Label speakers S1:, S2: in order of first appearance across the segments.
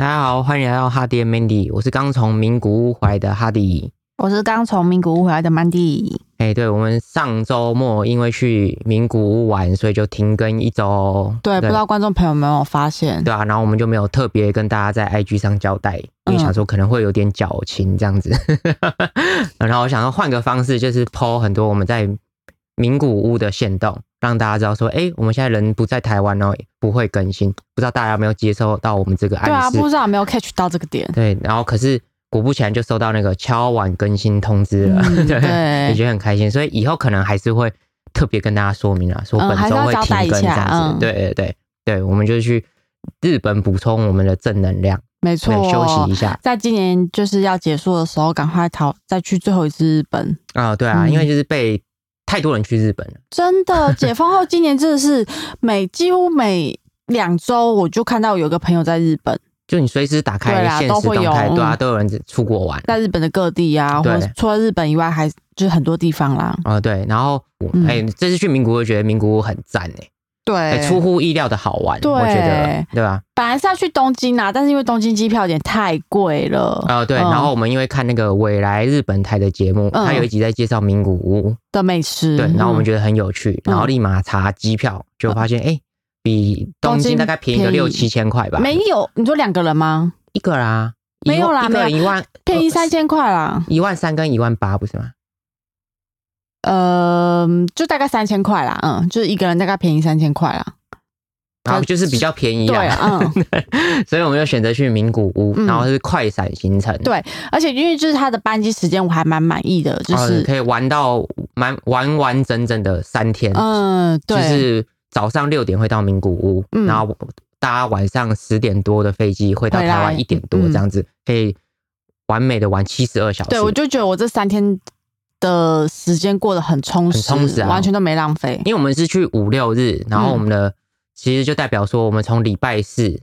S1: 好，欢迎来到哈迪 Mandy，我是刚从名古屋回来的哈迪。
S2: 我是刚从名古屋回来的曼蒂。
S1: 哎，对，我们上周末因为去名古屋玩，所以就停更一周。
S2: 对，不知道观众朋友有没有发现？
S1: 对啊，然后我们就没有特别跟大家在 IG 上交代，
S2: 嗯
S1: 因为想说可能会有点矫情这样子。 然后我想要换个方式，就是 PO 很多我们在名古屋的线动，让大家知道说，哎，我们现在人不在台湾哦，不会更新。不知道大家有没有接收到我们这个暗
S2: 对啊，
S1: 示？
S2: 不知道有没有 catch 到这个点。
S1: 对，然后可是果不其然就收到那个敲碗更新通知了，
S2: 嗯
S1: 对，
S2: 对
S1: 也觉得很开心，所以以后可能还是会特别跟大家说明啊，说
S2: 嗯
S1: 本
S2: 还是
S1: 周
S2: 要
S1: 会
S2: 交代
S1: 停
S2: 一
S1: 更这
S2: 下
S1: 样子，
S2: 嗯
S1: 对对对对，我们就去日本补充我们的正能量，
S2: 没错
S1: 对，，休息一下
S2: 在今年就是要结束的时候，赶快逃，再去最后一次日本。
S1: 啊、对啊，
S2: 嗯
S1: 因为就是被太多人去日本了，
S2: 真 的，解封后今年真的是每几乎每两周我就看到有个朋友在日本，
S1: 就你随时打开
S2: 对啊
S1: 现
S2: 都
S1: 实动
S2: 会有
S1: 态，对啊，
S2: 嗯
S1: 都有人出国玩。
S2: 在日本的各地啊，
S1: 对
S2: 或者除了日本以外，还就是很多地方啦。
S1: 啊、对，然后我
S2: 嗯
S1: 哎、这次去名古屋，觉得名古屋很赞哎、哎
S2: 对
S1: 出乎意料的好玩，
S2: 对
S1: 我觉得，对啊吧？
S2: 本来是要去东京啊，但是因为东京机票有点太贵了
S1: 啊、对，
S2: 嗯
S1: 然后我们因为看那个未来日本台的节目，
S2: 嗯
S1: 他有一集在介绍名古屋，
S2: 的美食。
S1: 对，然后我们
S2: 就
S1: 觉得很有趣，然
S2: 嗯
S1: 后立马查机票，就发现哎、诶比东
S2: 东
S1: 京
S2: 京
S1: 大概便宜个
S2: 便宜
S1: 六七千块吧，
S2: 没有，你说两个人吗？
S1: 一个啦，一
S2: 没有
S1: 万
S2: 啦
S1: 一个
S2: 没
S1: 一万呃
S2: 便宜三千块啦，
S1: 一万三跟一万八不是吗？
S2: 呃，就大概三千块啦，嗯，就是一个人大概便宜三千块啦。
S1: 然后就是比较便宜
S2: 呃对
S1: 啦，
S2: 啊， 嗯，
S1: 所以我们就选择去名古屋，
S2: 嗯
S1: 然后是快闪行程，
S2: 对而且因为就是他的班机时间我还蛮满意的，就
S1: 然后
S2: 是
S1: 可以玩到完完完整整的三哦天，
S2: 嗯，
S1: 就
S2: 对，
S1: 是早上六点会到名古屋，
S2: 嗯
S1: 然后大家晚上十点多的飞机会到
S2: 回
S1: 台
S2: 来
S1: 湾一点多，
S2: 嗯
S1: 这样子、可以完美的玩七十二小时。
S2: 对我就觉得我这三天的时间过得很充实，
S1: 很充实啊
S2: 完全都没浪费。
S1: 因为我们是去五六日，然后我们
S2: 嗯
S1: 的、其实就代表说我们从礼拜四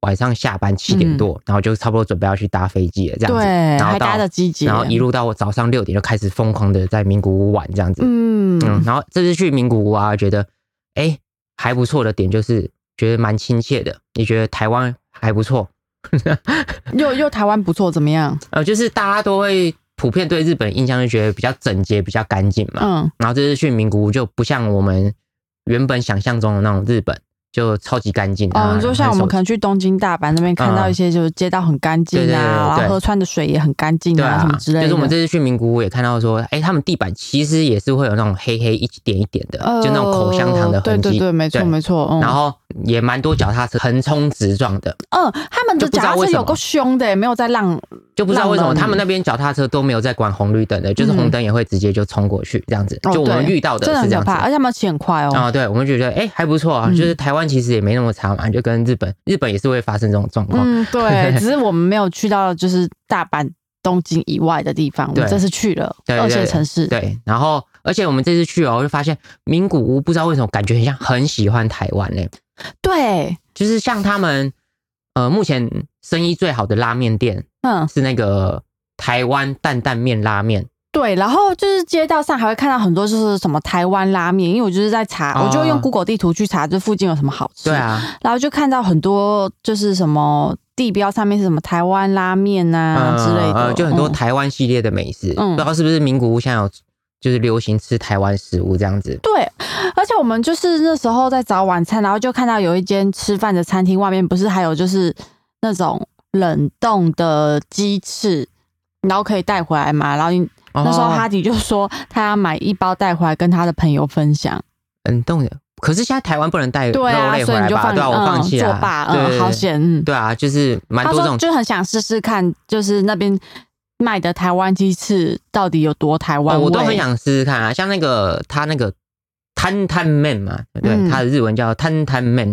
S1: 晚上下班七点多，然后就差不多准备要去搭飞机了，这样子，
S2: 嗯对，
S1: 然后
S2: 还
S1: 到
S2: 搭着机姐，
S1: 然后一路到我早上六点就开始疯狂的在名古屋玩这样子，
S2: 嗯，
S1: 嗯，然后这次去名古屋啊，觉得哎、诶还不错的点就是觉得蛮亲切的，也觉得台湾还不错，
S2: 又又台湾不错，怎么样？
S1: 呃，就是大家都会普遍对日本印象就觉得比较整洁、比较干净嘛。
S2: 嗯，
S1: 然后这次去名古屋就不像我们原本想象中的那种日本，就超级干净啊，
S2: 哦，就像我们可
S1: 很守
S2: 能去东京、大阪那边看到一些，就是街道很干
S1: 嗯
S2: 净
S1: 对对对
S2: 啊，然
S1: 对
S2: 后河川的水也很干净
S1: 对
S2: 啊，
S1: 啊
S2: 什么，之类
S1: 就
S2: 的。
S1: 是我们这次去名古屋也看到说，哎、他们地板其实也是会有那种黑黑一点一点的，就那种口香糖的
S2: 呃对
S1: 痕迹。
S2: 对对，没错
S1: 对
S2: 没错。嗯
S1: 然后也蛮多脚踏车横冲直撞的，
S2: 嗯，他们的
S1: 就不知
S2: 脚
S1: 道
S2: 踏
S1: 为
S2: 车
S1: 什么
S2: 有够凶的，没有在让
S1: 就不知道为什么
S2: 浪漫嗯
S1: 他们那边脚踏车都没有在管红绿灯的，就是红灯也会直接就冲过去这样子。
S2: 哦
S1: 就我们
S2: 对
S1: 遇到的
S2: 真的
S1: 是
S2: 很
S1: 这
S2: 可
S1: 样子
S2: 怕，而且他们骑很快哦。
S1: 啊、对，我们就觉得哎、诶还不错啊，
S2: 嗯
S1: 就是台湾其实也没那么差嘛，就跟日本，日本也是会发生这种状况。
S2: 嗯， 对，只是我们没有去到就是大阪、东京以外的地方，我
S1: 对
S2: 们这次去了
S1: 对对
S2: 二线城市。
S1: 对，然后而且我们这次去哦，就发现名古屋不知道为什么感觉很像很喜欢台湾嘞、
S2: 对，
S1: 就是像他们呃目前生意最好的拉面店
S2: 嗯，
S1: 是那个台湾担担面拉面，
S2: 对，然后就是街道上还会看到很多就是什么台湾拉面，因为我就是在查，
S1: 哦
S2: 我就用 Google 地图去查这附近有什么好吃，
S1: 对，啊，
S2: 然后就看到很多就是什么地标上面是什么台湾拉面啊、之类
S1: 呃
S2: 的，
S1: 就很多
S2: 嗯
S1: 台湾系列的美食，
S2: 嗯
S1: 不知道是不是名古屋现在有就是流行吃台湾食物这样子。
S2: 对，而且我们就是那时候在找晚餐，然后就看到有一间吃饭的餐厅外面不是还有就是那种冷冻的鸡翅，然后可以带回来嘛。然后你那时候
S1: 哦
S2: 哈迪就说他要买一包带回来跟他的朋友分享。
S1: 冷冻的，可是现在台湾不能带肉
S2: 对啊，
S1: 类回
S2: 所以你
S1: 来
S2: 就
S1: 吧？
S2: 放
S1: 对啊，我放
S2: 嗯
S1: 弃
S2: 作
S1: 了
S2: 罢，。
S1: 对
S2: 嗯，好。险，嗯。
S1: 对啊，就是蛮
S2: 他
S1: 多这
S2: 说
S1: 种，
S2: 就很想试试看，就是那边卖的台湾鸡翅到底有多台湾
S1: 哦
S2: 味、
S1: 我都很想试试看啊。像那个他那个摊摊面嘛，对，
S2: 嗯
S1: 他的日文叫摊摊面。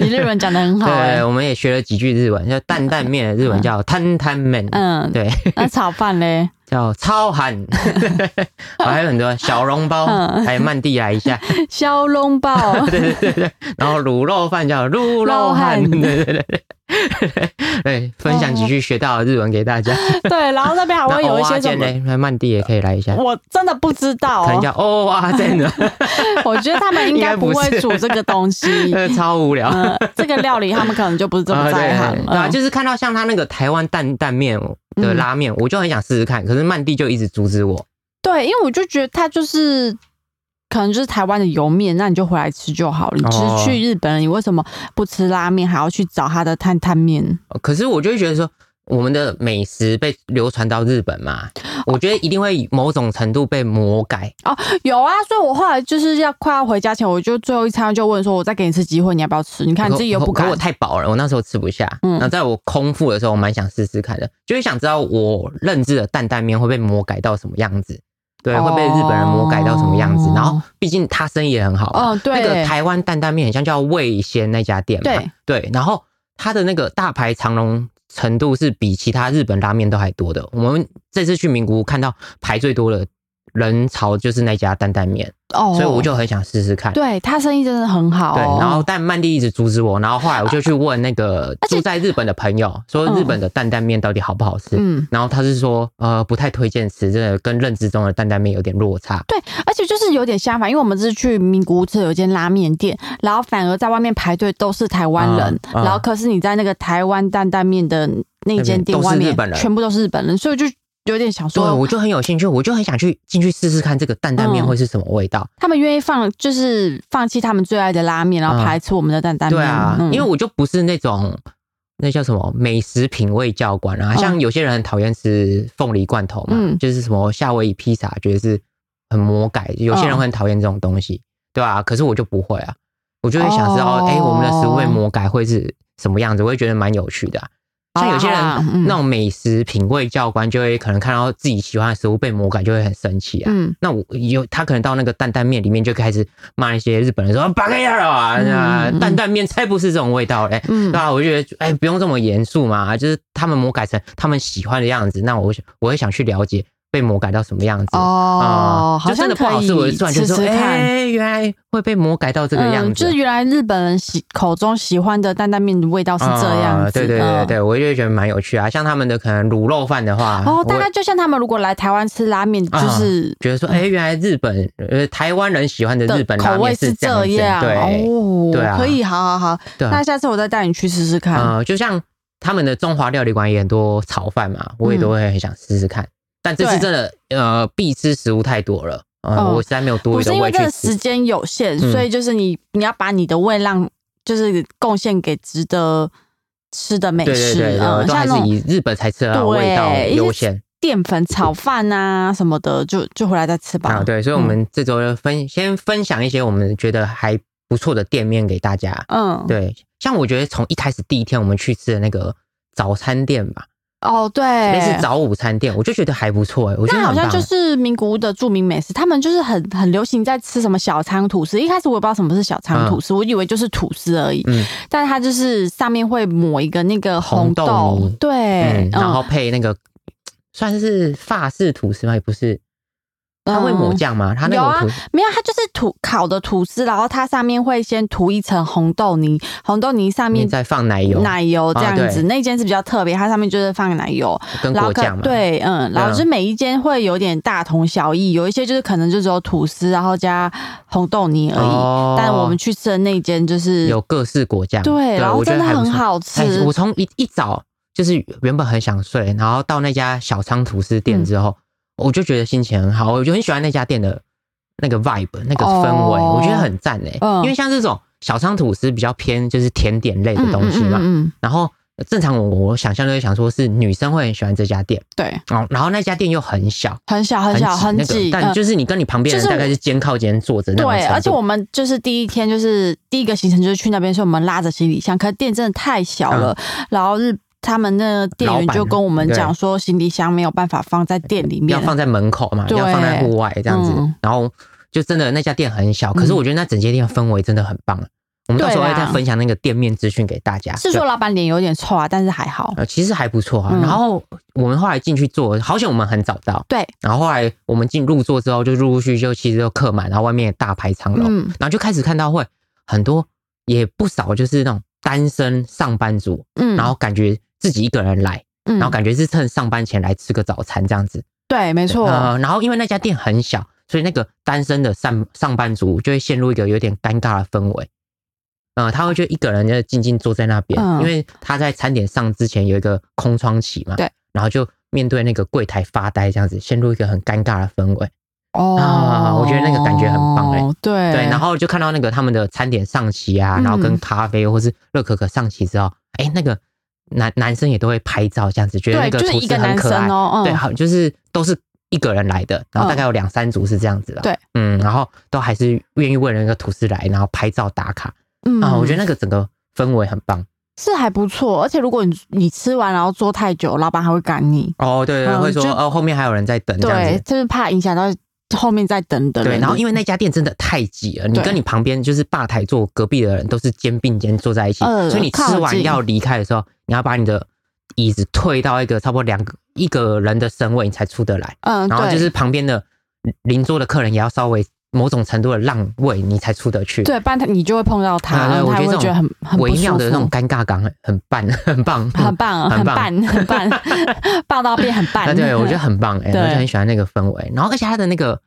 S2: 你日文讲的 很好、
S1: 对，
S2: 欸，
S1: 我们也学了几句日文，叫担担面，的日文叫摊摊面。
S2: 嗯，
S1: 对，
S2: 那炒饭嘞？
S1: 叫超韩，好还有很多小笼包，
S2: 嗯
S1: 还有曼蒂来一 下，
S2: 小笼 包，
S1: 对对对对，然后卤肉饭叫卤肉
S2: 肉
S1: 汉，
S2: 汉
S1: 对对对对对，分享几句学到的日文给大家。
S2: 对，然后哦那边还
S1: 那
S2: 会有一
S1: 蚵仔
S2: 些
S1: 煎
S2: 什么，哦
S1: 嘞，曼蒂也可以来一下，
S2: 我真的不知 道、
S1: 可能
S2: 哦，
S1: 叫哦哇真 的，
S2: 我觉得他们应该不
S1: 应该不
S2: 会
S1: 是
S2: 煮这个东 西，
S1: 呃 超无聊。
S2: 嗯，这个料理他们可能就不是这么
S1: 啊
S2: 在行
S1: 对，对啊，
S2: 嗯
S1: 就是看到像他那个台湾担担面的拉面，我就很想试试看，可是曼蒂就一直阻止我。
S2: 对，因为我就觉得它就是可能就是台湾的油面，那你就回来吃就好了。你
S1: 哦
S2: 只去日本了，你为什么不吃拉面，还要去找它的摊摊面？
S1: 呃可是我就会觉得说，我们的美食被流传到日本嘛，我觉得一定会以某种程度被魔改。
S2: 有啊，所以我后来就是要快要回家前，我就最后一餐就问说，我再给你一次机会，你要不要吃？你啊看你自己又
S1: 可
S2: 不
S1: 可
S2: 敢
S1: 我。太饱了，我那时候吃不下。
S2: 嗯
S1: 然后在我空腹的时候，我蛮想试试看的，就是想知道我认知的担担面会被魔改到什么样子。对，
S2: 哦
S1: 会被日本人魔改到什么样子？然后，毕竟他生意也很好啊嘛，
S2: 哦，对，
S1: 那个台湾担担面很像叫味仙那家店嘛，
S2: 对
S1: 然后它的那个大排长龙程度是比其他日本拉面都还多的。我们这次去名古屋看到排最多的人潮就是那家担担面，
S2: 哦，
S1: 所以我就很想试试看。
S2: 对他生意真的很好、哦。
S1: 对，然后但曼蒂一直阻止我，然后后来我就去问那 个住在日本的朋友，说日本的担担面到底好不好吃？
S2: 嗯，
S1: 然后他是说，呃，不太推荐吃，真的跟认知中的担担面有点落差。
S2: 对，而且就是有点相反，因为我们是去名古屋吃有一间拉面店，然后反而在外面排队都是台湾人，
S1: 嗯嗯
S2: 然后可是你在那个台湾担担面的那间店
S1: 那边都是
S2: 外面
S1: 日本人
S2: 全部都是日本人，所以我就有点想
S1: 对，
S2: 说，
S1: 我就很有兴趣，我就很想去进去试试看这个担
S2: 嗯
S1: 担面会是什么味道。
S2: 他们愿意放就是放弃他们最爱的拉面，然后排斥我们的担担面，
S1: 对啊，
S2: 嗯
S1: 因为我就不是那种那叫什么美食品味教官啊，
S2: 嗯
S1: 像有些人很讨厌吃凤梨罐头嘛，
S2: 嗯
S1: 就是什么夏威夷披萨，觉得是很魔改，有些人会很讨厌这种东西，对啊，可是我就不会啊，我就会想知道，
S2: 哦
S1: 哎、我们的食物被魔改会是什么样子，我会觉得蛮有趣的啊、
S2: 好啊
S1: 像有些人、
S2: 好啊嗯
S1: 那种美食品味教官，就会可能看到自己喜欢的食物被魔改，就会很生气啊。
S2: 嗯，
S1: 那我有他可能到那个担担面里面就开始骂一些日本人说八个呀啊，那
S2: 嗯嗯
S1: 担担面才不是这种味道嘞。
S2: 嗯
S1: 对啊，我就觉得哎、不用这么严肃嘛，就是他们魔改成他们喜欢的样子，那我想我会想去了解被魔改到什么样子。
S2: 哦，
S1: 啊
S2: 好
S1: 就
S2: 像
S1: 真的不好
S2: 可以
S1: 吃，我就突然就
S2: 吃
S1: 说，
S2: 吃看。
S1: 哎、原来会被魔改到这个样子
S2: 嗯，就
S1: 啊。
S2: 是原来日本人喜口中喜欢的担担面的味道是这样子，
S1: 啊对对对
S2: 嗯
S1: 对，我就觉得蛮有趣啊。像他们的可能卤肉饭的话，
S2: 哦，
S1: 我
S2: 大概就像他们如果来台湾吃拉面，就
S1: 啊
S2: 是
S1: 觉得说，哎、原来日本呃台湾人喜欢的日
S2: 的
S1: 本拉
S2: 口味
S1: 面
S2: 是
S1: 这样子，
S2: 样
S1: 对、
S2: 哦，
S1: 对啊
S2: 可以，好好好，
S1: 对啊。
S2: 那下次我再带你去试试看。
S1: 呃，就像他们的中华料理馆也很多炒饭嘛，我也都会很想试试看。但这次
S2: 对
S1: 真的呃，必吃食物太多了，呃，
S2: 哦
S1: 我实在没有多
S2: 不
S1: 余
S2: 是
S1: 的
S2: 因为
S1: 胃
S2: 这
S1: 去
S2: 个时
S1: 吃。
S2: 间有限，
S1: 嗯
S2: 所以就是你你要把你的胃让就是贡献给值得吃的美
S1: 对对
S2: 食，
S1: 对，
S2: 嗯
S1: 对，都还
S2: 像
S1: 是
S2: 那种
S1: 以日本才吃得到的
S2: 对
S1: 味道
S2: 因为
S1: 优先
S2: 淀粉炒饭啊什么的，就就回来再吃吧。
S1: 啊。对，所以我们这周就分、先分享一些我们觉得还不错的店面给大家。
S2: 嗯，
S1: 对，像我觉得从一开始第一天我们去吃的那个早餐店吧，
S2: 哦对，
S1: 类似早午餐店，我就觉得还不错哎、我觉得
S2: 那好
S1: 很
S2: 像
S1: 棒。
S2: 就是名古屋的著名美食，他们就是很很流行在吃什么小仓吐司。一开始我也不知道什么是小仓吐司，我以为就是吐司而已。
S1: 嗯
S2: 但它就是上面会抹一个那个
S1: 红
S2: 豆，
S1: 豆泥
S2: 对，
S1: 嗯，然后配那个算是法式吐司吗？也不是，它会抹
S2: 嗯
S1: 酱吗？它那个
S2: 有
S1: 吐司
S2: 没有，它就是吐烤的吐司，然后它上面会先涂一层红豆泥，红豆泥上
S1: 里面
S2: 面
S1: 再放奶油
S2: 奶油这样
S1: 啊对
S2: 子。那间是比较特别，它上面就是放奶油，
S1: 跟
S2: 然
S1: 果
S2: 后可
S1: 酱嘛，，
S2: 对，嗯，然后就是每一间会有点大同小异，有一些就是可能就只有吐司，然后加红豆泥而已。
S1: 哦
S2: 但我们去吃的那间就是
S1: 有各式果酱，
S2: 对，然后
S1: 我觉
S2: 真
S1: 得
S2: 的
S1: 还不
S2: 很
S1: 错。
S2: 好
S1: 哎
S2: 吃
S1: 我。从一一早就是原本很想睡，然后到那家小仓吐司店之
S2: 嗯
S1: 后，我就觉得心情很好，我就很喜欢那家店的那个 vibe 那个氛围，
S2: 哦
S1: 我觉得很赞哎、
S2: 嗯
S1: 因为像这种小仓吐司比较偏就是甜点类的东西嘛，
S2: 嗯嗯，
S1: 然后呃正常我我想象就会想说是女生会很喜欢这家店。
S2: 对，
S1: 哦，然后那家店又很小，
S2: 很小很小
S1: 挤
S2: 很
S1: 那个
S2: 挤，
S1: 但
S2: 嗯
S1: 就是你跟你旁边的人
S2: 就是
S1: 大概是肩靠肩坐着那种
S2: 对，
S1: 程
S2: 而且
S1: 度
S2: 我们就是第一天就是第一个行程就是去那边，所以我们拉着行李箱，可是店真的太小了，然后日。他们那个店
S1: 老
S2: 员
S1: 板
S2: 就跟我们
S1: 对
S2: 讲说，行李箱没有办法放在店里面
S1: 要，放在门口嘛，
S2: 对
S1: 要放在户外这样子，
S2: 嗯
S1: 然后就真的那家店很小，可是我觉得那整间店氛围真的很棒，啊我们到时候
S2: 对
S1: 会
S2: 啦
S1: 再分享那个店面资讯给大家。
S2: 是说老板脸有点臭啊，但是还好。
S1: 呃，其实还不错啊。
S2: 嗯
S1: 然后我们后来进去做，好险我们很早到。
S2: 对，
S1: 然后后来我们进入座之后，就陆陆续续就其实就客满，然后外面也大排长龙，
S2: 嗯，
S1: 然后就开始看到会很多也不少就是那种单身上班族，
S2: 嗯，
S1: 然后感觉自己一个人来，
S2: 嗯，
S1: 然后感觉是趁上班前来吃个早餐这样子。
S2: 对，没错，
S1: 呃，然后因为那家店很小，所以那个单身的上上班族就会陷入一个有点尴尬的氛围。呃，他会就一个人就静静坐在那边，
S2: 嗯
S1: 因为他在餐点上之前有一个空窗期嘛，
S2: 对，
S1: 然后就面对那个柜台发呆，这样子陷入一个很尴尬的氛围。啊
S2: 哦，
S1: 我觉得那个感觉很棒欸
S2: 对
S1: 对，然
S2: 后
S1: 后就看到那个他们的餐点上齐啊，
S2: 嗯
S1: 然后跟咖啡或是热可可上齐之后，哎、那个男男生也都会拍照这样子，觉得那
S2: 对，
S1: 个
S2: 就是
S1: 厨师
S2: 一个
S1: 很
S2: 男
S1: 可爱
S2: 生。哦，
S1: 对，
S2: 嗯，
S1: 好，就是都是一个人来的，然后大概有两三组是这样子的、
S2: 对，
S1: 嗯，然后都还是愿意为了那个吐司来，然后拍照打卡
S2: 嗯
S1: 啊、我觉得那个整个氛围很棒。
S2: 是还不错，而且如果你你吃完然后坐太久，老板还会赶你，
S1: 哦，对对，
S2: 嗯
S1: 会说
S2: 就
S1: 哦，后面还有人在等这样
S2: 对
S1: 子，。
S2: 就是怕影响到后面再等的人。
S1: 对，然后因为那家店真的太挤了，你
S2: 嗯对
S1: 跟你旁边就是吧台坐隔壁的人都是肩并肩坐在一起，
S2: 呃
S1: 所以你吃
S2: 靠
S1: 完
S2: 近
S1: 要离开的时候，你要把你的椅子退到一个差不多两个一个人的身位，你才出得来。
S2: 嗯，
S1: 然后
S2: 对，
S1: 就是旁边的邻桌的客人也要稍微某种程度的让位，你才出得去。
S2: 对，不然他你就会碰到他，
S1: 啊对
S2: 然后
S1: 我
S2: 他
S1: 觉得
S2: 会
S1: 这
S2: 觉得
S1: 种
S2: 很很不
S1: 微妙
S2: 舒
S1: 的那种
S2: 服。
S1: 尴尬感很很棒， 很棒，
S2: 很棒啊，
S1: 很
S2: 很
S1: 棒
S2: 棒，很棒， 棒到变很棒。
S1: 啊对，我觉 得很棒哎、
S2: 对
S1: 我就很喜欢那个氛围。然后而且它的那个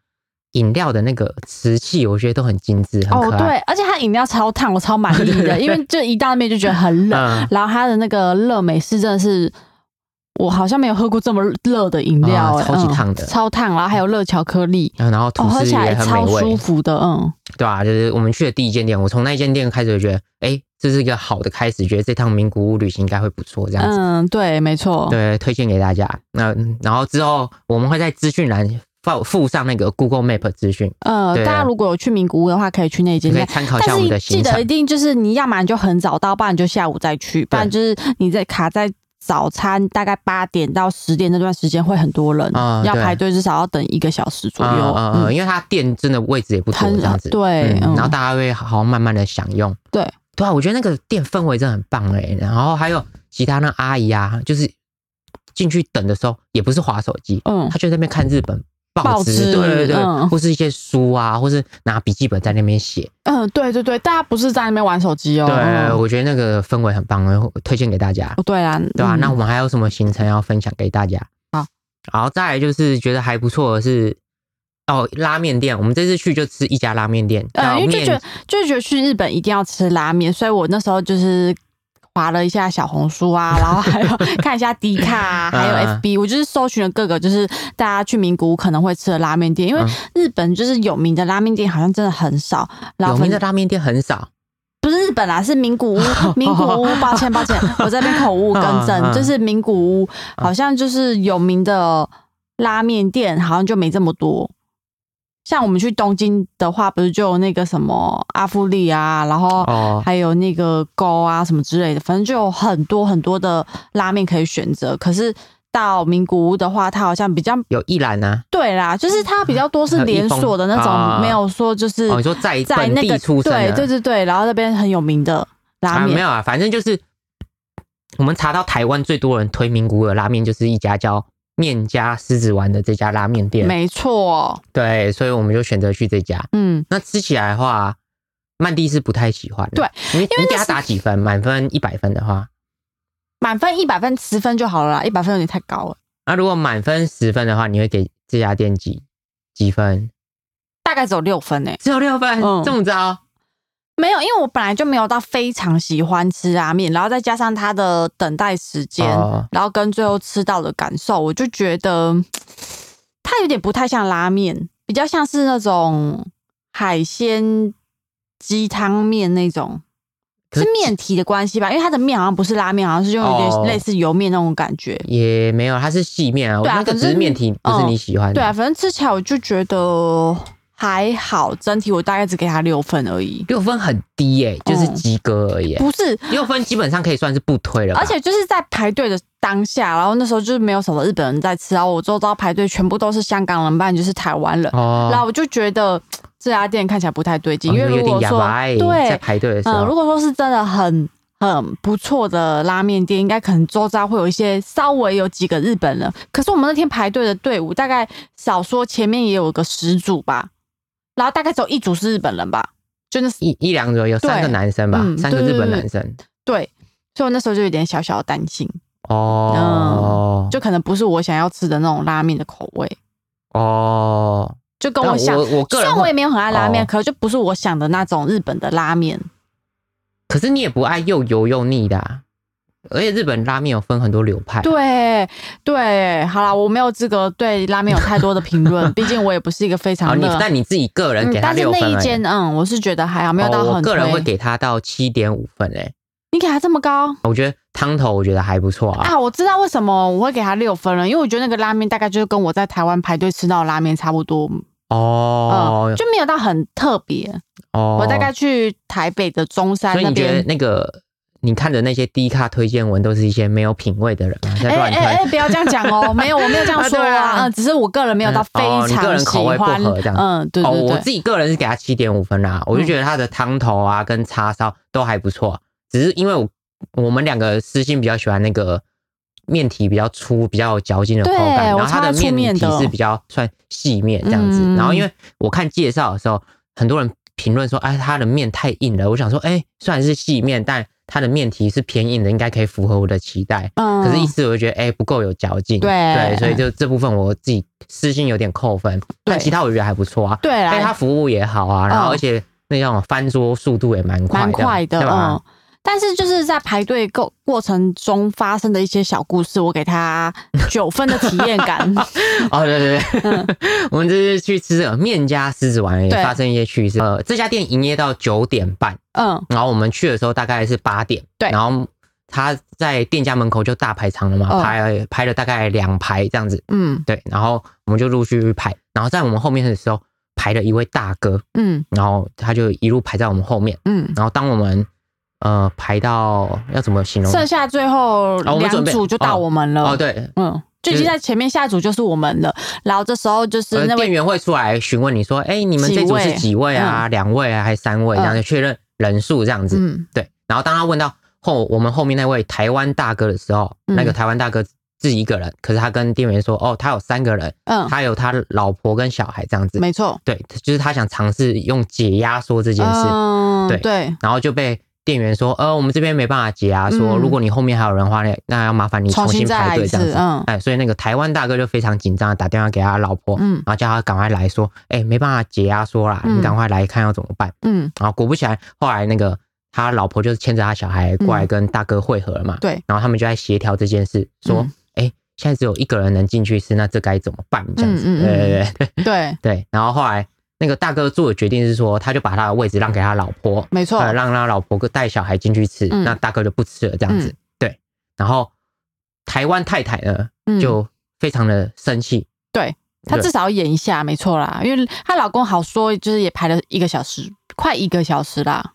S1: 饮料的那个瓷器，我觉得都很精致，很
S2: 哦
S1: 可，爱。
S2: 对，而且它饮料超烫，我超满意
S1: 对对
S2: 的，因为就一到那边就觉得很冷，
S1: 嗯，
S2: 然后它的那个热美式真的是。我好像没有喝过这么热的饮料、
S1: 啊
S2: 欸
S1: 超级
S2: 嗯
S1: 烫的
S2: 超烫，然后还有热巧克力，
S1: 然后
S2: 哦，
S1: 吐
S2: 喝
S1: 司
S2: 起来
S1: 也很美
S2: 超
S1: 味
S2: 舒，服的，嗯，
S1: 对吧、就是我们去的第一间店，我从那一间店开始就觉得，哎，这是一个好的开始，觉得这趟名古屋旅行应该会不错这样子。
S2: 嗯，对，没错，
S1: 对，推荐给大家。那然后之后我们会在资讯栏附附上那个 Google Map 资讯，
S2: 呃，
S1: 对
S2: 大家如果有去名古屋的话，可以去那
S1: 你
S2: 间
S1: 可以
S2: 店。
S1: 参考一下
S2: 但
S1: 我们的
S2: 是记
S1: 行
S2: 得
S1: 程
S2: 一。定就是你要么你就很早到，不然你就下午再去，不然就是你在卡在早餐大概八点到十点那段时间会很多人，
S1: 啊
S2: 要
S1: 对
S2: 排队至少要等一个小时左右。
S1: 嗯嗯嗯，
S2: 嗯，
S1: 因为它店真的位置也不多，
S2: 很
S1: 这样子。
S2: 对
S1: 嗯
S2: 嗯
S1: 然后大家会好好慢慢的享用。
S2: 对，
S1: 对啊，我觉得那个店氛围真的很棒哎。然后还有其他那阿姨啊，就是进去等的时候也不是划手机，
S2: 嗯
S1: 她就在那边看日本报
S2: 报
S1: 纸，
S2: 纸
S1: 对对对，
S2: 嗯
S1: 或是一些书啊，或是拿笔记本在那边写。
S2: 嗯，对对对，大家不是在那边玩手机哦。
S1: 对，
S2: 嗯
S1: 我觉得那个氛围很棒，我推荐给大家。
S2: 哦对啦，
S1: 对啊，
S2: 嗯
S1: 那我们还有什么行程要分享给大家？
S2: 好，
S1: 然后再来就是觉得还不错的是，哦，拉面店，我们这次去就吃一家拉面店，
S2: 呃，
S1: 叫
S2: 因为就觉
S1: 面
S2: 得就觉得去日本一定要吃拉面，所以我那时候就是划了一下小红书啊，然后还有 看一下迪卡、啊，还有
S1: 嗯
S2: FB，我就是搜寻了各个就是大家去名古屋可能会吃的拉面店，因为
S1: 嗯
S2: 日本就是有名的拉面店好像真的很少，然后
S1: 有
S2: 反
S1: 名
S2: 正
S1: 的拉面店很少，
S2: 不是日本啦，是 名古屋，名古屋，抱歉抱歉，我这边口误更
S1: 嗯嗯
S2: 正，就是名古屋好像就是有名的拉面店，好像就没这么多。像我们去东京的话，不是就有那个什么阿芙利啊，然后
S1: 哦
S2: 还有那个沟啊什么之类的，反正就有很多很多的拉面可以选择。可是到名古屋的话，它好像比较
S1: 有一兰啊，
S2: 对啦，就是它比较多是连锁的那
S1: 啊
S2: 种，没有说就是
S1: 哦，你说在
S2: 在
S1: 本
S2: 那
S1: 地
S2: 个
S1: 出生
S2: 对
S1: 的，
S2: 对对对，然后那边很有名的拉
S1: 啊，没
S2: 面，
S1: 有啊，反正就是我们查到台湾最多人推名古屋的拉面，就是一家叫面家狮子丸的这家拉面店，
S2: 没错，
S1: 对，所以我们就选择去这家。
S2: 嗯，
S1: 那吃起来的话，曼蒂是不太喜欢的。
S2: 对，
S1: 你
S2: 为
S1: 你给
S2: 那
S1: 他
S2: 是
S1: 打几分？满分一百分的话，
S2: 满分一百分十分就好了啦，一百分有点太高了，
S1: 那如果满分十分的话，你会给这家店几几分？
S2: 大概只有六分诶、
S1: 只有六分，
S2: 嗯
S1: 这么糟？
S2: 没有，因为我本来就没有到非常喜欢吃拉面，然后再加上它的等待时间，
S1: 哦
S2: 然后跟最后吃到的感受，我就觉得嗯它有点不太像拉面，比较像是那种海鲜鸡汤面那种。
S1: 可
S2: 是
S1: 是
S2: 面体的关系吧，因为它的面好像不是拉面，好像是用有
S1: 哦
S2: 点类似油面那种感觉。
S1: 也没有，它是细面啊，
S2: 对啊
S1: 那个
S2: 可
S1: 只
S2: 是
S1: 是面体，不是
S2: 嗯
S1: 你喜欢的。
S2: 对啊，反正吃起来我就觉得还好，整体我大概只给它六分而已。
S1: 六分很低耶、就是及格而已耶、
S2: 嗯不是，
S1: 六分基本上可以算是不推了吧，
S2: 而且就是在排队的当下，然后那时候就是没有什么日本人在吃，然后我周遭排队全部都是香港人，不然就是台湾人，
S1: 哦
S2: 然后我就觉得这家店看起来不太对劲，
S1: 哦
S2: 因为
S1: 有
S2: 如
S1: 点
S2: 果
S1: 哑
S2: 说
S1: 巴欸在
S2: 对，
S1: 排队的时
S2: 嗯，如
S1: 候，
S2: 果说是真的很很不错的拉面店，应该可能周遭会有一些稍微有几个日本人。可是我们那天排队的队伍大概少说前面也有个十组吧，然后大概只有一组是日本人吧，就那
S1: 一一两左右，
S2: 对
S1: 三个男生吧，
S2: 嗯
S1: 三个
S2: 对
S1: 日
S2: 对
S1: 本
S2: 对
S1: 男生。
S2: 对，所以我那时候就有点小小的担心，
S1: 哦，
S2: 就可能不是我想要吃的那种拉面的口味，
S1: 哦，
S2: 就跟
S1: 但
S2: 我想。
S1: 我我个
S2: 虽
S1: 人
S2: 然我也
S1: 会，
S2: 没有很爱拉面，
S1: 哦
S2: 可是就不是我想的那种日本的拉面。
S1: 可是你也不爱又油又腻的啊，而且日本拉面有分很多流派。啊
S2: 对对，好啦，我没有资格对拉面有太多的 评论，毕竟我也不是一个非
S1: 好，
S2: 常
S1: 你
S2: 热。
S1: 但你自己个人
S2: 嗯
S1: 给，他
S2: 但是
S1: 六
S2: 那
S1: 分
S2: 一
S1: 而已
S2: 间，嗯，我是觉得还好，没有到
S1: 哦，我
S2: 很推。
S1: 个人会给他到七点五分诶。
S2: 你给他这么高
S1: 我觉得汤头我觉得还不错啊。
S2: 啊？我知道为什么我会给他六分了，因为我觉得那个拉面大概就是跟我在台湾排队吃到的拉面差不多，
S1: 哦
S2: 嗯，就没有到很特别。
S1: 哦，
S2: 我大概去台北的中山
S1: 所以
S2: 那
S1: 你觉得
S2: 边。
S1: 那个你看的那些低咖推荐文都是一些没有品味的人吗？在
S2: 哎
S1: 乱推
S2: 哎哎！不要这样讲哦，没有，我没有这样
S1: 啊
S2: 说
S1: 对啊
S2: 嗯，只是我个人没有到
S1: 嗯
S2: 非
S1: 哦你个
S2: 常
S1: 人
S2: 喜
S1: 口味不
S2: 欢
S1: 合这，样
S2: 嗯，对
S1: 哦，
S2: 对
S1: 我
S2: 对，嗯
S1: 自己个人是给他七点五分啦，我就觉得他的汤头啊跟叉烧都还不错，只是因为我我们两个私心比较喜欢那个面体比较粗、比较有嚼劲的口感，
S2: 对
S1: 然后
S2: 我超
S1: 它
S2: 爱
S1: 的
S2: 粗面
S1: 体
S2: 的
S1: 是比较算细面这样子。
S2: 嗯
S1: 然后因为我看介绍的时候，很多人评论说，哎，它的面太硬了。我想说，哎，虽然是细面，但它的面体是偏硬的，应该可以符合我的期待。
S2: 嗯，
S1: 可是，一吃我就觉得，哎、不够有嚼劲，
S2: 对嗯
S1: 对，所以就这部分我自己私心有点扣分，但
S2: 对
S1: 其他我觉得还不错啊。
S2: 对啦，
S1: 但它服务也好啊，然后而且那种翻桌速度也蛮快的，
S2: 嗯蛮快的，
S1: 对吧
S2: 嗯？。但是就是在排队过过程中发生的一些小故事，我给他九分的体验 感。
S1: 哦，对对对， 我们这次去吃这个面家狮子丸也
S2: 嗯对
S1: 发生一些趣事。呃，这家店营业到九点半，
S2: 嗯，
S1: 然后我们去的时候大概是八点，
S2: 对
S1: 然后他在店家门口就大排长龙嘛，
S2: 嗯
S1: 排排了大概两排这样子，
S2: 嗯
S1: 对，然后我们就陆续排，然后在我们后面的时候排了一位大哥，
S2: 嗯
S1: 然后他就一路排在我们后面，
S2: 嗯，
S1: 然后当我们呃排到要怎么形容？
S2: 剩下最后
S1: 哦我们准
S2: 两
S1: 备
S2: 组就到我们了。
S1: 哦，对，
S2: 嗯，就已经在前面下一组就是我们了。然后这时候就是
S1: 呃，
S2: 那
S1: 店
S2: 位
S1: 员会出来询问你说，哎、你们这组是几位啊？两位啊，还是三位？这样就确认人数这样子。
S2: 嗯
S1: 对，然后当他问到后我们后面那位台湾大哥的时候，
S2: 嗯
S1: 那个台湾大哥自己一个人，可是他跟店员说，哦，他有三个人，
S2: 嗯，
S1: 他有他老婆跟小孩这样子。
S2: 没错，
S1: 对，就是他想尝试用解压缩这件事，
S2: 嗯
S1: 对
S2: 对
S1: 然后就被。店员说：“呃，我们这边没办法解压，说
S2: 嗯
S1: 如果你后面还有人的话，那那要麻烦你重
S2: 重
S1: 新
S2: 新再
S1: 排
S2: 来
S1: 队
S2: 一
S1: 这
S2: 次
S1: 样子。”
S2: 嗯
S1: 哎，所以那个台湾大哥就非常紧张，地打电话给他老婆，
S2: 嗯
S1: 然后叫他赶快来说，哎、没办法解压缩啦，
S2: 嗯
S1: 你赶快来看要怎么办。
S2: 嗯
S1: 然后果不其然，后来那个他老婆就是牵着他小孩过来跟大哥会合了嘛，
S2: 嗯对，
S1: 然后他们就在协调这件事，说
S2: 嗯，
S1: 哎、现在只有一个人能进去吃，那这该怎么办？这样子，
S2: 嗯嗯嗯
S1: 对对对
S2: 对，
S1: 对。然后后来那个大哥做的决定是说，他就把他的位置让给他老婆，
S2: 没错，
S1: 呃，让他老婆带小孩进去吃，
S2: 嗯
S1: 那大哥就不吃了这样子，
S2: 嗯
S1: 对。然后台湾太太呢，
S2: 嗯
S1: 就非常的生气。
S2: 对她
S1: 对
S2: 至少要演一下，没错啦，因为她老公好说，就是也排了一个小时，快一个小时啦，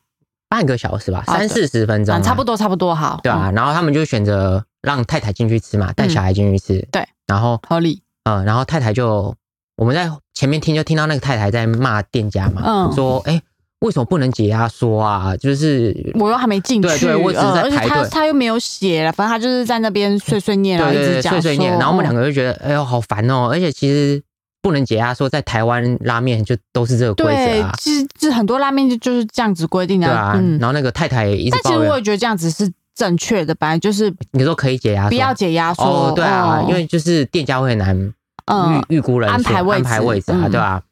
S1: 半个小时吧，
S2: 好
S1: 三
S2: 的
S1: 四十分钟、
S2: 啊，差不，多差不多，好，嗯
S1: 对啊。然后他们就选择让太太进去吃嘛，带小孩进去吃。
S2: 对，
S1: 然后
S2: 嗯，合理，
S1: 呃，然后太太就我们在前面听就听到那个太太在骂店家嘛，
S2: 嗯
S1: 说哎、诶为什么不能解压缩啊？就是
S2: 我又还没进去，
S1: 对对我只是在
S2: 呃而且
S1: 排队
S2: 他他又没有写了，反正他就是在那边碎碎念，然后
S1: 对
S2: 一
S1: 对
S2: 直
S1: 对
S2: 讲
S1: 碎
S2: 说，嗯
S1: 碎念，然后我们两
S2: 个
S1: 个就觉得哎呦好烦哦，而且其实不能解压缩在台湾拉面就都是这个规
S2: 哦对
S1: 则啊，，
S2: 其实这很多拉面就就是这样子规定
S1: 对
S2: 的，
S1: 啊。
S2: 嗯，
S1: 然后那个太太也一直
S2: 但其实
S1: 抱
S2: 我
S1: 怨，
S2: 也觉得这样子是正确的，本来就是
S1: 你说可以解压缩，
S2: 不要解压缩，
S1: 哦，对啊，因为就是店家会很难
S2: 嗯
S1: 预预估人数、
S2: 安排位置
S1: 安排位置啊，
S2: 嗯
S1: 对吧、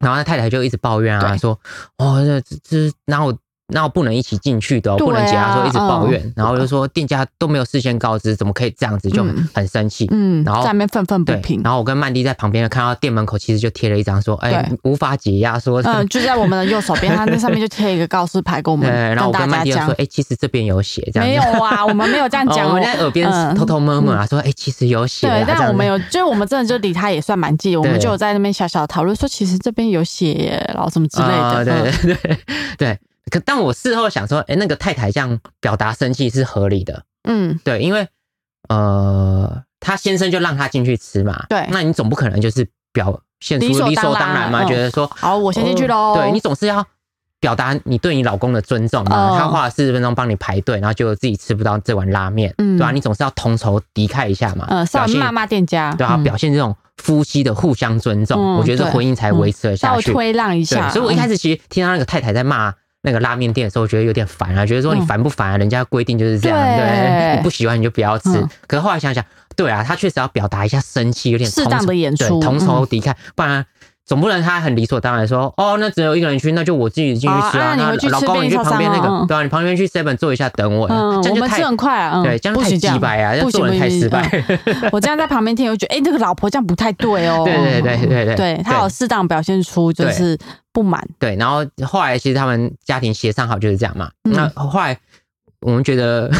S1: 然后那太太就一直抱怨啊，
S2: 对
S1: 说哦，这这这，然后然后不能一起进去的哦、
S2: 对啊
S1: 不能解压缩，一直抱怨，然后就说店家都没有事先告知，怎么可以这样子，就很,、
S2: 嗯
S1: 生气。
S2: 嗯，
S1: 然后
S2: 在那边愤愤不
S1: 对
S2: 平，
S1: 然后我跟曼迪在旁边看到店门口其实就贴了一张说，哎、
S2: 对
S1: 无法解压缩。
S2: 嗯，就在我们的右手边，他那上面就贴一个告示牌给我
S1: 对，
S2: 们，
S1: 然后我
S2: 跟
S1: 跟曼
S2: 大家
S1: 迪就说
S2: 讲，，
S1: 哎、其实这边有写这样子。
S2: 没有啊，我们没有这样
S1: 哦
S2: 讲
S1: 我
S2: 哦
S1: 们在耳边
S2: 嗯
S1: 偷偷摸摸啊，说哎、其实有写啊。
S2: 对，
S1: 这样
S2: 但
S1: 子
S2: 我们有，就是我们真的就离他也算蛮近，我们
S1: 对
S2: 就有在那边小小讨论说，其实这边有写耶，然后什么之类的。
S1: 啊
S2: 嗯
S1: 对对对 对。可但我事后想说，哎、那个太太这样表达生气是合理的，
S2: 嗯，
S1: 对，因为呃，他先生就让他进去吃嘛，
S2: 对
S1: 那你总不可能就是表现出
S2: 理所
S1: 理所
S2: 当
S1: 当
S2: 然
S1: 然嘛，
S2: 嗯
S1: 觉得说
S2: 好，我
S1: 我
S2: 先进去喽、
S1: 哦对你总是要表达你对你老公的尊重嘛。
S2: 嗯
S1: 他花了四十分钟帮你排队，然后结果自己吃不到这碗拉面，
S2: 嗯
S1: 对啊吧、你总是要同仇敌忾一下嘛，
S2: 呃，稍
S1: 表
S2: 微
S1: 现
S2: 骂骂店家，
S1: 对啊，
S2: 嗯
S1: 表现这种夫妻的互相尊重，
S2: 嗯
S1: 我觉得
S2: 对
S1: 婚姻才维持了
S2: 稍
S1: 下
S2: 微
S1: 去。
S2: 推让一下。嗯哦
S1: 对，所以我一开始其实听到那个太太在骂。那个拉面店的时候，我觉得有点烦啊，觉得说你
S2: 嗯
S1: 烦不烦啊？人家规定就是这样，
S2: 对
S1: 对， 你不喜欢你就不要吃
S2: 嗯。
S1: 可是后来想想，对啊，他确实要表达一下生气，有点
S2: 适
S1: 同
S2: 当的
S1: 仇
S2: 演
S1: 对
S2: 出嗯
S1: 同仇敌忾，不然总不能他很理所当然说，哦，那只有一个人去，那就我自己进去吃
S2: 哦啊
S1: 啊，
S2: 你
S1: 那
S2: 回去
S1: 老
S2: 吃
S1: 公你
S2: 便
S1: 去
S2: 利超
S1: 旁边
S2: 商
S1: 那
S2: 哦
S1: 个
S2: 嗯，
S1: 对啊，你旁边去 seven 坐一下等我，
S2: 嗯，
S1: 这样
S2: 我
S1: 就
S2: 们
S1: 太
S2: 吃很快啊，嗯，
S1: 对，这样
S2: 不
S1: 就太
S2: 行
S1: 鸡
S2: 这样
S1: 掰啊，这
S2: 不
S1: 样
S2: 行
S1: 做人太失败。
S2: 不行不行 嗯我这样在旁边听，我就觉得哎，那个老婆这样不太对哦。
S1: 对对对对对
S2: 对他有适当表现出就是不满，
S1: 对，然后后来其实他们家庭协商好就是这样嘛。
S2: 嗯
S1: 那后来我们觉得，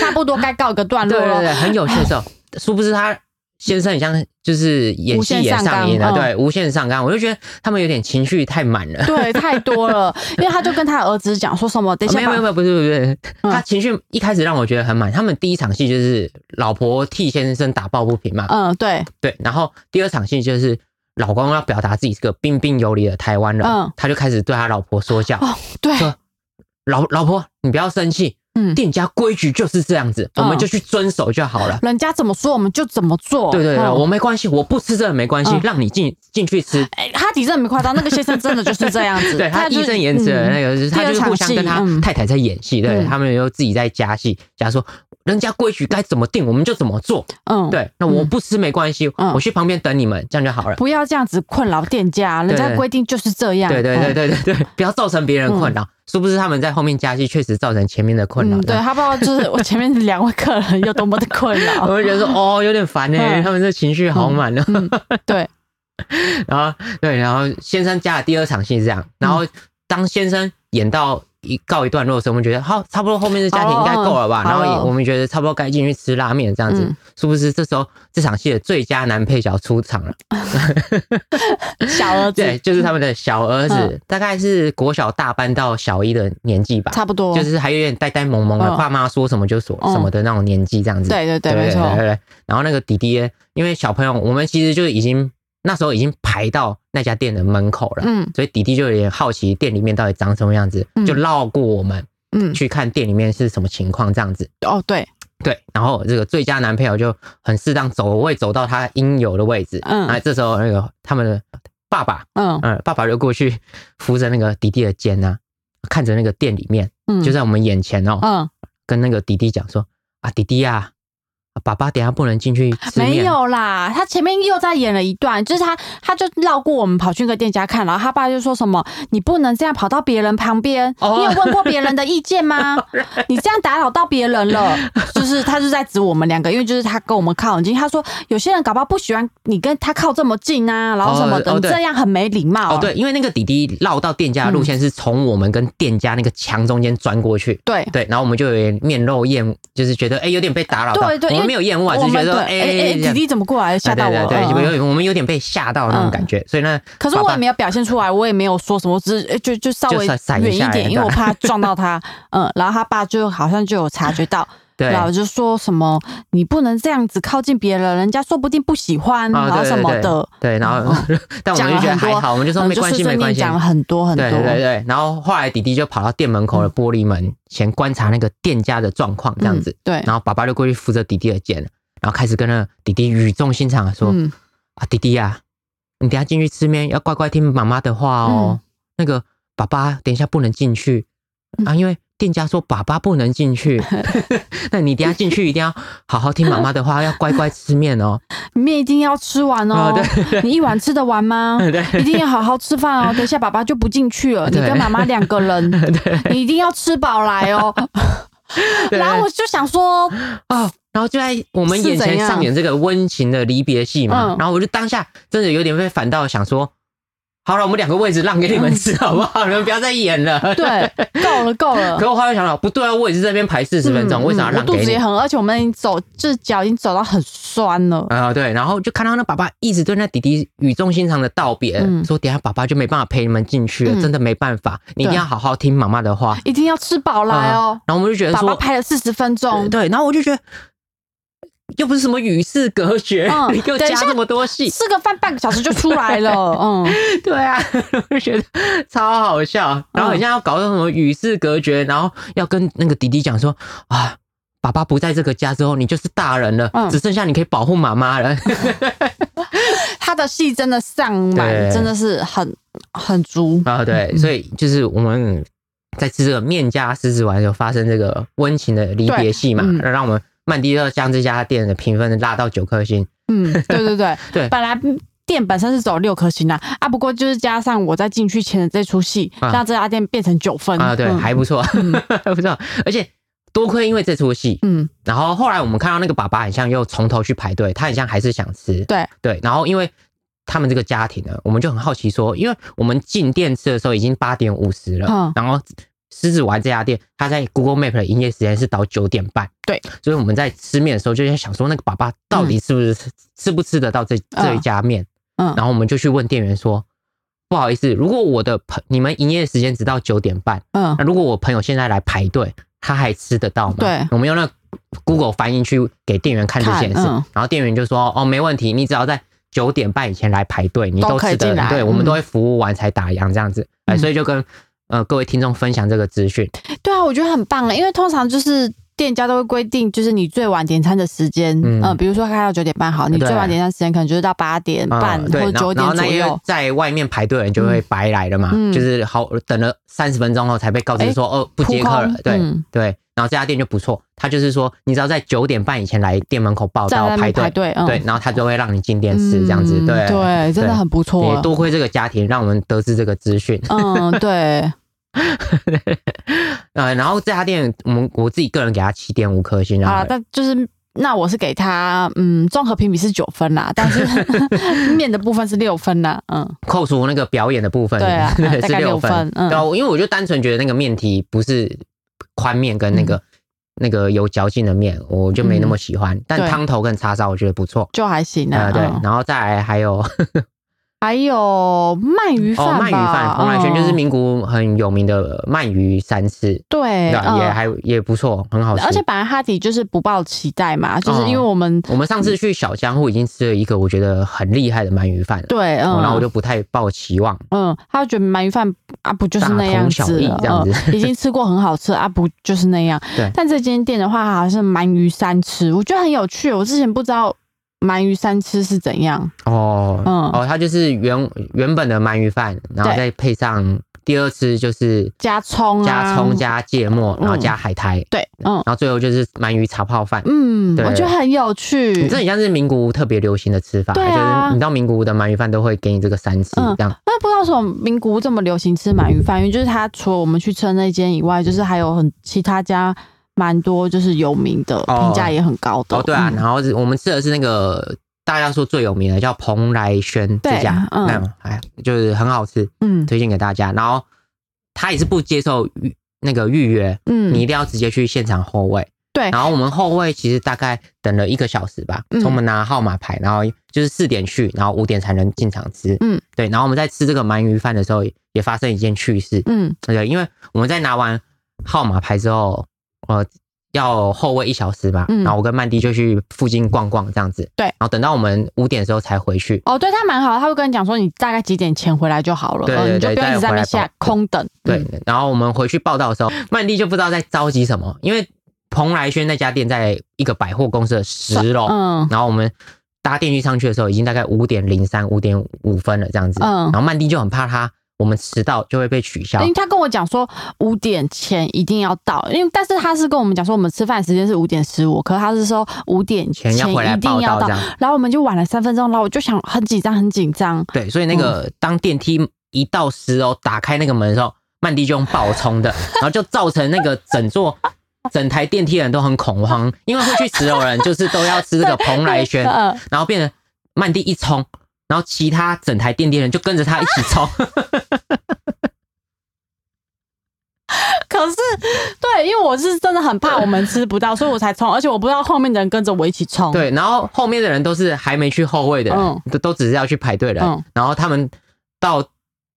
S2: 差不多该告一个段
S1: 对
S2: 落
S1: 对
S2: 了。
S1: 对，很有趣的时 候，殊不知他先生很像就是演
S2: 无
S1: 戏
S2: 限
S1: 演
S2: 上
S1: 上瘾了，
S2: 纲嗯
S1: 对，无限上纲。我就觉得他们有点情绪太满了。
S2: 对，太多了，因为他就跟他儿子讲说什么，等一下
S1: 没有哦没有
S2: 把
S1: 没有，不是不是，不
S2: 嗯
S1: 是，他情绪一开始让我觉得很满。他们第一场戏就是老婆替先生打抱不平嘛，
S2: 嗯，对，
S1: 对，然后第二场戏就是老公要表达自己是个彬彬有礼的台湾人，
S2: 嗯
S1: 他就开始对他老婆说教，
S2: 哦，对，
S1: 说老老婆你不要生气，
S2: 嗯，
S1: 店家规矩就是这样子，我
S2: 嗯
S1: 们就去遵守就好了。
S2: 人家怎么说我们就怎么做，
S1: 对对对，
S2: 嗯
S1: 我没关系，我不吃这个没关系
S2: 嗯，
S1: 让你进进去吃。
S2: 哎，他体真的没夸张，那个先生真的就是这样 子，
S1: 对他
S2: 就
S1: 义
S2: 是嗯
S1: 正言辞的那个，就是哎他
S2: 第二
S1: 就是
S2: 场
S1: 互相跟他
S2: 戏嗯
S1: 太太在演戏，对
S2: 嗯
S1: 他们又自己在加戏，假如说人家规矩该怎么定，我们就怎么做。
S2: 嗯，嗯，
S1: 对，那我不吃没关系，
S2: 嗯
S1: 我去旁边等你们，这样就好了。
S2: 不要这样子困扰店家，人家
S1: 对
S2: 规定就是这样，
S1: 对对
S2: 嗯
S1: 对对对 对，不要造成别人困扰。殊不知他们在后面加戏，确实造成前面的困扰
S2: 嗯。对他不知道就是我前面两位客人有多么的困
S1: 我 就
S2: 扰，
S1: 觉得说哦，有点烦哎，
S2: 嗯
S1: 他们这情绪好满哦。
S2: 对，
S1: 然后对，然后先生家的第二场戏是这样，然后当先生演到一告一段落的时候，我们觉得好，差不多后面的家庭应该够了吧，
S2: 哦
S1: 然后
S2: 好了
S1: 也我们觉得差不多该进去吃拉面这样子，
S2: 嗯
S1: 是不是？这时候这场戏的最佳男配角出场
S2: 嗯
S1: 了，
S2: 小儿
S1: 对，
S2: 子
S1: 就是他们的小儿子，
S2: 嗯
S1: 大概是国小大班到小一的年纪吧。
S2: 差不多，
S1: 就是还有点呆呆萌萌的，
S2: 嗯
S1: 爸妈说什么就说
S2: 嗯
S1: 什么的那种年纪这样子。
S2: 对对对，
S1: 对
S2: 没错，
S1: 对对。然后那个弟弟，因为小朋友，我们其实就已经那时候已经排到那家店的门口了，
S2: 嗯
S1: 所以弟弟就有点好奇店里面到底长什么样子，
S2: 嗯
S1: 就绕过我们
S2: 嗯，
S1: 去看店里面是什么情况这样子。
S2: 哦对，
S1: 对，然后这个最佳男朋友就很适当走位走到他应有的位置，
S2: 嗯
S1: 啊，这时候那个他们的爸爸，
S2: 嗯
S1: 嗯，爸爸就过去扶着那个弟弟的肩啊，看着那个店里面，
S2: 嗯，
S1: 就在我们眼前哦，
S2: 嗯，
S1: 跟那个弟弟讲说啊，弟弟啊，啊爸爸等一下不能进去吃面，
S2: 没有啦，他前面又在演了一段，就是他他就绕过我们跑去那个店家看，然后他爸就说什么：“你不能这样跑到别人旁边，
S1: 哦
S2: 你有问过别人的意见 吗？你这样打扰到别人了。”就是他就在指我们两个，因为就是他跟我们靠很近，他说有些人搞不好不喜欢你跟他靠这么近啊，然后什么的，
S1: 哦哦
S2: 你
S1: 对
S2: 这样很没礼貌。嗯
S1: 哦，对，因为那个弟弟绕到店家的路线是从我们跟店家那个墙中间钻过去。
S2: 对
S1: 对，然后我们就有点面露厌恶，就是觉得哎、有点被打扰到。
S2: 对对
S1: 我
S2: 因为
S1: 们没有厌恶啊，
S2: 我
S1: 就
S2: 们
S1: 是觉得哎
S2: 对哎哎，弟弟怎么过来吓到我？
S1: 对对
S2: 嗯
S1: 对，
S2: 嗯
S1: 有有我们有点被吓到那种感觉，所以呢，
S2: 可是
S1: 爸
S2: 我
S1: 爸
S2: 也没有表现出来，我也没有说什么，我只是呃就就稍微
S1: 就闪闪一
S2: 远一
S1: 下而已
S2: 点，因为我怕撞到 他。嗯，然后他爸就好像就有察觉到，
S1: 对
S2: 然后就说什么你不能这样子靠近别人，人家说不定不喜欢，
S1: 啊
S2: 然后
S1: 对
S2: 什
S1: 对
S2: 么
S1: 对
S2: 的。嗯
S1: 对，然后、 但我
S2: 讲
S1: 们
S2: 了
S1: 就觉得
S2: 很多
S1: 还好，我们就说
S2: 嗯
S1: 没关系
S2: 就碎
S1: 没
S2: 念
S1: 关系。
S2: 讲了很多很多。嗯
S1: 对对对对，然后后来弟弟就跑到店门口的玻璃门前观察那个店家的状况，这样子。
S2: 嗯对，
S1: 然后爸爸就过去扶着弟弟的肩，然后开始跟那个弟弟语重心长的说：“
S2: 嗯，
S1: 啊，弟弟呀、你等一下进去吃面要乖乖听妈妈的话哦。那个爸爸等一下不能进去啊，因为店家说爸爸不能进 去，那你等一下进去一定要好好听妈妈的 话，要乖乖吃面哦。
S2: 面一定要吃完
S1: 哦
S2: 哦
S1: 对，
S2: 你一碗吃得完吗？
S1: 嗯对
S2: 一定要好好吃饭 哦，等一下爸爸就不进去了，你
S1: 对
S2: 跟妈妈两 个人，你一定要吃饱来哦。
S1: 对
S2: 然后我就想说，
S1: 哦，然后就在我们眼
S2: 是怎
S1: 前
S2: 样
S1: 上演这个温情的离别戏嘛，
S2: 嗯
S1: 然后我就当下真的有点被反到想说。好了，我们两个位置让给你们吃好不好？你们不要再演 了。
S2: 对，够了够了
S1: 可。我后来想想，不对啊，我也是这边排四十分钟，
S2: 嗯
S1: 为啥要
S2: 嗯我
S1: 让
S2: 肚
S1: 给
S2: 子
S1: 你
S2: 也？很饿，而且我们已经走，就是脚已经走到很酸了。
S1: 啊、对，然后就看到那爸爸一直对那弟弟语重心长的道别，
S2: 嗯
S1: 说等一下爸爸就没办法陪你们进去了，
S2: 嗯
S1: 真的没办法，你一定要好好听妈妈的话。
S2: 一定要吃饱来哦
S1: 嗯！然后我们就觉得
S2: 爸
S1: 说，
S2: 爸拍了四十分钟，
S1: 对，然后我就觉得又不是什么与世隔绝，
S2: 嗯
S1: 你给我
S2: 等
S1: 加
S2: 一下
S1: 那么多戏，
S2: 吃个饭半个小时就出 来了，嗯，
S1: 对啊，我就觉得超好笑。然后好像要搞那种什么与世隔绝，然后要跟那个弟弟讲说啊。爸爸不在这个家之后，你就是大人了，
S2: 嗯
S1: 只剩下你可以保护妈妈了。
S2: 他的戏真的上满，
S1: 对
S2: 真的是很很足，
S1: 啊，对，所以就是我们在吃这个面加狮子丸的时候，发生这个温情的离别戏嘛，
S2: 对嗯
S1: 那让我们曼迪勒将这家店的评分拉到九颗星。
S2: 嗯，对对对
S1: 对
S2: 本来店本身是走六颗星啦，啊，不过就是加上我在进去前的这出戏，
S1: 啊
S2: 让这家店变成九分
S1: 啊，对，
S2: 嗯
S1: 还不错， 还不错，而且多亏因为这出戏，
S2: 嗯，
S1: 然后后来我们看到那个爸爸很像又从头去排队，他很像还是想吃，
S2: 对
S1: 对，然后因为他们这个家庭呢，我们就很好奇说，因为我们进店吃的时候已经八点五十了，
S2: 嗯
S1: 然后狮子丸这家店它在 Google Map 的营业时间是到九点半，
S2: 对，
S1: 所以我们在吃面的时候就在想说，那个爸爸到底是不是、吃不吃得到这这一家面？
S2: 嗯
S1: 然后我们就去问店员说。不好意思，如果我的朋你们营业时间只到九点半，
S2: 嗯
S1: 那如果我朋友现在来排队，他还吃得到吗？
S2: 对
S1: 我们用那个 Google 翻译去给店员看这件事，
S2: 看嗯
S1: 然后店员就说：“哦，没问题，你只要在九点半以前来排队，你
S2: 都可以
S1: 吃得
S2: 进来
S1: 到。对，
S2: 嗯
S1: 我们都会服务完才打烊这样子。哎、
S2: 嗯
S1: 所以就跟呃各位听众分享这个资讯。
S2: 对啊，我觉得很棒了，因为通常就是。店家都会规定，就是你最晚点餐的时间，嗯、
S1: 嗯
S2: 比如说开到九点半好，你
S1: 对
S2: 最晚点餐时间可能就是到八点半、
S1: 嗯、
S2: 或
S1: 对，
S2: 者
S1: 然后
S2: 九
S1: 然
S2: 点
S1: 后
S2: 左
S1: 那些
S2: 右。
S1: 在外面排队的人就会白来了嘛，
S2: 嗯哎
S1: 就是好等了三十分钟后才被告知说、哦不接客
S2: 扑
S1: 了
S2: 空，
S1: 对、
S2: 嗯
S1: 对。然后这家店就不错，他就是说你只要在九点半以前来店门口报
S2: 站在
S1: 到
S2: 那
S1: 排
S2: 边
S1: 队
S2: 排，队，嗯、
S1: 对，然后他就会让你进电视这样子，
S2: 嗯
S1: 对
S2: 对，真的很不错
S1: 也。多亏这个家庭，让我们得知这个资讯。
S2: 嗯， 对，
S1: 呃，然后这家店，我们我自己个人给他七点五颗星，然啊
S2: 好
S1: 后
S2: 了，但就是那我是给他，嗯，综合评比是九分 啦，但是面的部分是 六分啦，嗯，
S1: 扣除那个表演的部分，
S2: 对啊嗯大
S1: 是
S2: 概
S1: 六
S2: 六分嗯
S1: 对啊，因为我就单纯觉得那个面体不是宽面跟那个、
S2: 嗯
S1: 那个有嚼劲的面，我就没那么喜欢。但
S2: 嗯对
S1: 汤头跟叉烧我觉得不错，
S2: 就还行啦
S1: 呃，。对，
S2: 嗯
S1: 然后再来还 有哦
S2: 还有鳗鱼饭吧，嗯
S1: 鳗鱼饭，蓬莱轩
S2: 哦
S1: 就是名古屋很有名的鳗鱼三吃，
S2: 对，
S1: 对啊，也
S2: 嗯
S1: 还也不错，很好吃。
S2: 而且本来哈迪就是不抱期待嘛，就是
S1: 哦
S2: 因为我们、
S1: 我们上次去小江户已经吃了一个我觉得很厉害的鳗鱼饭了，
S2: 对，嗯，
S1: 哦然后我就不太抱期望。
S2: 嗯，他就觉得鳗鱼饭啊不就是那样子
S1: 大同小异这样子
S2: 嗯，已经吃过很好吃啊不就是那样。
S1: 对
S2: 但这间店的话，它好像是鳗鱼三吃，我觉得很有趣。我之前不知道鳗鱼三吃是怎样，
S1: 哦，
S2: 嗯
S1: 哦，它就是原原本的鳗鱼饭，然后
S2: 对
S1: 再配上第二次就是
S2: 加葱啊，嗯
S1: 加葱加芥末，然后加海苔，
S2: 对，嗯
S1: 然后最后就是鳗鱼茶泡饭。
S2: 嗯，
S1: 对
S2: 我觉得很有趣。
S1: 你这很像是名古屋特别流行的吃法，
S2: 对啊
S1: 就是你到名古屋的鳗鱼饭都会给你这个三吃
S2: 嗯
S1: 这样。
S2: 那不知道为什么名古屋这么流行吃鳗鱼饭，因为就是它除了我们去吃的那间以外，就是还有很其他家蛮多就是有名的，
S1: 哦
S2: 评价也很高的。
S1: 哦，对啊，
S2: 嗯
S1: 然后是我们吃的是那个大家说最有名的叫蓬莱轩这
S2: 对
S1: 家，
S2: 嗯
S1: 嗯，哎，就是很好吃，
S2: 嗯
S1: 推荐给大家。然后他也是不接受预那个预约，
S2: 嗯，
S1: 你一定要直接去现场候位。
S2: 对
S1: 然后我们后位其实大概等了一个小时吧，
S2: 嗯
S1: 从我们拿号码牌，然后就是四点去，然后五点才能进场吃。
S2: 嗯，
S1: 对。然后我们在吃这个鳗鱼饭的时候，也发生一件趣事。
S2: 嗯
S1: 对，因为我们在拿完号码牌之后，呃，要后位一小时嘛，
S2: 嗯
S1: 然后我跟曼迪就去附近逛逛这样子。
S2: 对
S1: 然后等到我们五点的时候才回去。
S2: 哦，对他蛮好的，他会跟你讲说你大概几点前回来就好了，
S1: 对对
S2: 呃你就
S1: 对
S2: 不用一直在那边
S1: 再回来
S2: 下空等。
S1: 对
S2: 嗯，，
S1: 然后我们回去报道的时候，曼蒂就不知道在着急什么，因为蓬莱轩那家店在一个百货公司的十楼，
S2: 嗯
S1: 然后我们搭电梯上去的时候，已经大概五点零三、五点五分了这样子，
S2: 嗯哎
S1: 然后曼蒂就很怕他我们迟到就会被取消
S2: 因，为他跟我讲说五点前一定要到，因为但是他是跟我们讲说我们吃饭时间是五点十五，可是他是说五点前
S1: 钱要回来
S2: 一定
S1: 报
S2: 要
S1: 到
S2: 到
S1: 这，样，
S2: 然后我们就晚了三分钟，然后我就想很紧张很紧张，
S1: 对，所以那
S2: 嗯
S1: 个当电梯一到十楼打开那个门的时候，曼蒂就用爆冲的，然后就造成那个整座。整台电梯的人都很恐慌，因为会去十楼的人就是都要吃这个蓬莱轩，
S2: 呃，
S1: 然后变成曼蒂一冲，然后其他整台电梯人就跟着他一起冲。
S2: 嗯可是对，因为我是真的很怕我们吃不到，所以我才 冲，而且我不知道后面的人跟着我一起冲，，
S1: 对，然后后面的人都是还没去后位的人，
S2: 嗯
S1: 都都只是要去排队的人，
S2: 嗯
S1: 然后他们到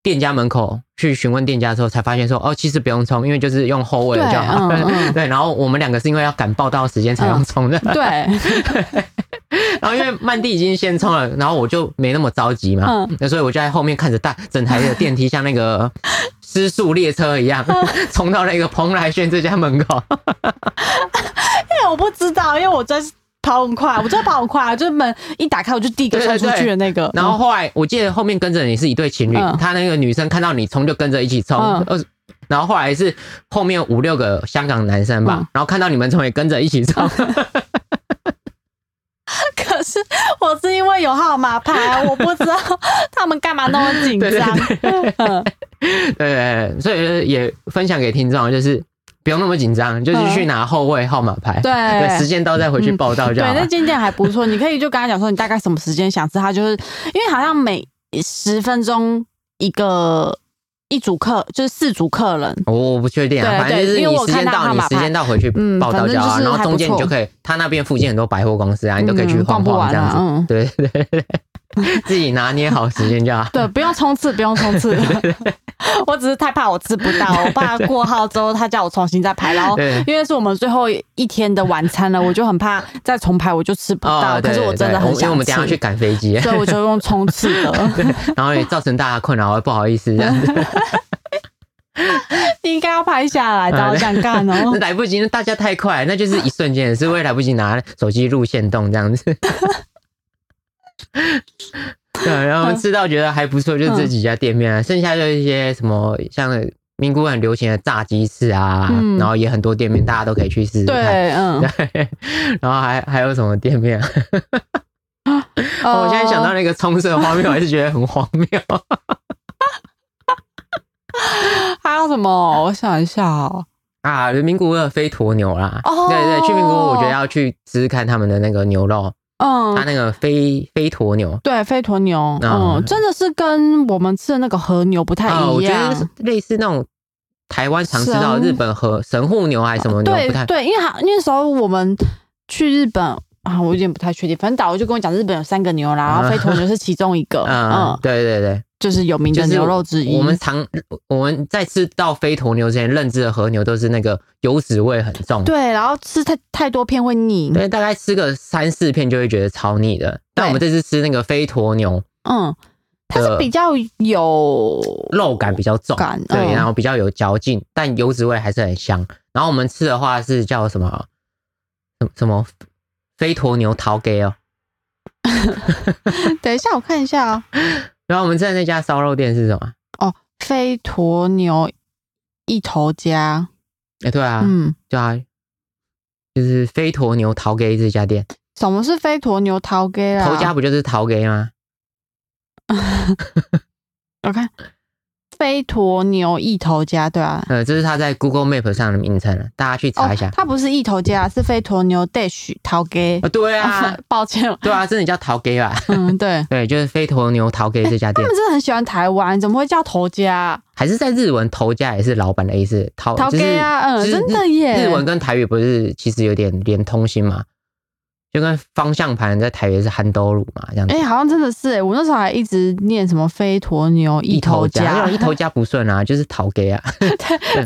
S1: 店家门口去询问店家的时候，才发现说哦，其实不用冲，因为就是用后位的就好。
S2: 对嗯嗯
S1: 对，然后我们两个是因为要赶报道时间才用 冲的，
S2: 对，
S1: 然后因为曼蒂已经先冲了，然后我就没那么着急嘛
S2: 嗯，
S1: 那、所以我就在后面看着大整台的电梯像那个失速列车一样冲到那个蓬莱轩这家门口。
S2: 因为我不知道，因为我真是跑很快，我真的跑很快，就是门一打开我就第一个冲出去的那个，
S1: 然后后来我记得后面跟着你是一对情侣，
S2: 嗯
S1: 他那个女生看到你冲就跟着一起冲，
S2: 嗯
S1: 呃然后后来是后面五六个香港男生吧，
S2: 嗯
S1: 然后看到你们冲也跟着一起冲，
S2: 可是我是因为有号码牌，我不知道他们干嘛那么紧张。嗯
S1: 对对对，所以也分享给听众，啊就是不用那么紧张，就是去拿后卫号码牌，
S2: 嗯对嗯
S1: 对，时间到再回去报道就
S2: 对
S1: 好，
S2: 那
S1: 了。
S2: 间店还不错，你可以就跟他讲说你大概什么时间想吃，他就是因为好像每十分钟一个一组客，就是四组客人，
S1: 我我不确定啊，
S2: 对
S1: 反正就是
S2: 对
S1: 你
S2: 因为我
S1: 时间
S2: 看到
S1: 到，
S2: 号
S1: 你
S2: 码
S1: 时
S2: 牌
S1: 间到回去
S2: 嗯
S1: 报道
S2: 反正
S1: 好
S2: 就
S1: 了，
S2: 是
S1: 然后
S2: 还
S1: 中
S2: 不
S1: 间你就
S2: 错
S1: 可以，他那边附近很多百货公司啊，你都可以去晃
S2: 嗯逛不
S1: 晃
S2: 完
S1: 这样
S2: 啊
S1: 子，
S2: 嗯
S1: 对对对对，自己拿捏好时间就 好。
S2: 对，不用冲刺，不用冲刺。 我只是太怕我吃不到，我怕过号之后他叫我重新再排，然后
S1: 对
S2: 因为是我们最后一天的晚餐了，我就很怕再重排我就吃不到。
S1: 哦，对
S2: 可是
S1: 对
S2: 我真
S1: 对
S2: 的很
S1: 因为
S2: 想
S1: 我们等一下去
S2: 吃，
S1: 赶飞机，
S2: 所以我就用冲刺 的，
S1: 然后也造成大家困扰，我也不好意思这样 子，
S2: 应该要拍下来的，
S1: 嗯
S2: 好想 干哦。
S1: 来不及，大家太快，那就是一瞬间，是会来不及拿手机录线动这样子。 对，然
S2: 嗯
S1: 后吃到觉得还不错，就是这几家店面啊，剩下就是一些什么像名古屋很流行的炸鸡翅啊，
S2: 嗯
S1: 然后也很多店面大家都可以去试试看。
S2: 对，嗯，
S1: 对，然后还还有什么店面啊？
S2: 呃
S1: 我现在想到那个冲绳荒谬，我还是觉得很荒谬。
S2: 呃还有什么？我想一下哦，
S1: 啊，名古屋的飞鸵牛啦，
S2: 哦
S1: 对对，去名古屋我觉得要去吃吃看他们的那个牛肉，它
S2: 嗯，
S1: 那个飞飞鸵牛
S2: 对，飞鸵牛，
S1: 嗯
S2: 嗯，真的是跟我们吃的那个和牛不太
S1: 啊，我
S2: 一
S1: 觉
S2: 样
S1: 得。是类似那种台湾常吃到的
S2: 神
S1: 日本和神户牛还是什么牛，
S2: 对
S1: 不太
S2: 对，因为他那时候我们去日本啊，我有点不太确定。反正导游就跟我讲，日本有三个牛啦，然后
S1: 嗯
S2: 飞鸵牛是其中一 个，
S1: 嗯
S2: 嗯，，
S1: 对对对，
S2: 就是有名
S1: 就
S2: 的
S1: 是
S2: 牛肉之一。
S1: 我们常我们在吃到飞鸵牛之前认知的和牛都是那个油脂味很重，
S2: 对，然后吃太太多片会腻。
S1: 对，大概吃个三四片就会觉得超腻的。但我们这次吃那个飞鸵牛
S2: 嗯，它是
S1: 的
S2: 比较有
S1: 肉感比较重，
S2: 感
S1: 对，
S2: 嗯
S1: 然后比较有嚼劲，但油脂味还是很香。然后我们吃的话是叫什么？什什么飞鸵牛桃给哦？
S2: 等一下，我看一下啊，
S1: 然后我们在那家烧肉店是什么？
S2: 飞鸵牛一头家，
S1: 哎、对啊，
S2: 嗯，
S1: 对啊，就是飞鸵牛桃给这家店，
S2: 什么是飞鸵牛桃给啦？
S1: 头家不就是桃给吗？
S2: 我看飞鸵牛一头家，对啊，
S1: 呃，这是他在 Google Map 上的名称了，大家去查一下。
S2: 哦，它不是一头家，是飞鸵牛 dash 桃给
S1: 啊，。对 啊，
S2: 抱歉，
S1: 对啊，真 的叫桃给吧？
S2: 嗯，对，
S1: 对，就是飞鸵牛桃给这家
S2: 他
S1: 店，
S2: 们真的很喜欢台湾，怎么会叫头家？
S1: 还是在日文头家也是老板的意思，桃
S2: 桃
S1: 哦就是
S2: 给啊，嗯，
S1: 就是
S2: 真的耶，
S1: 日文跟台语不是其实有点连通性嘛？就跟方向盘在台语是憨兜鲁嘛，这样子。
S2: 哎、好像真的是哎，我那时候还一直念什么飞鸵牛一头
S1: 因
S2: 家
S1: 为， 一头家不顺啊，就是逃给啊。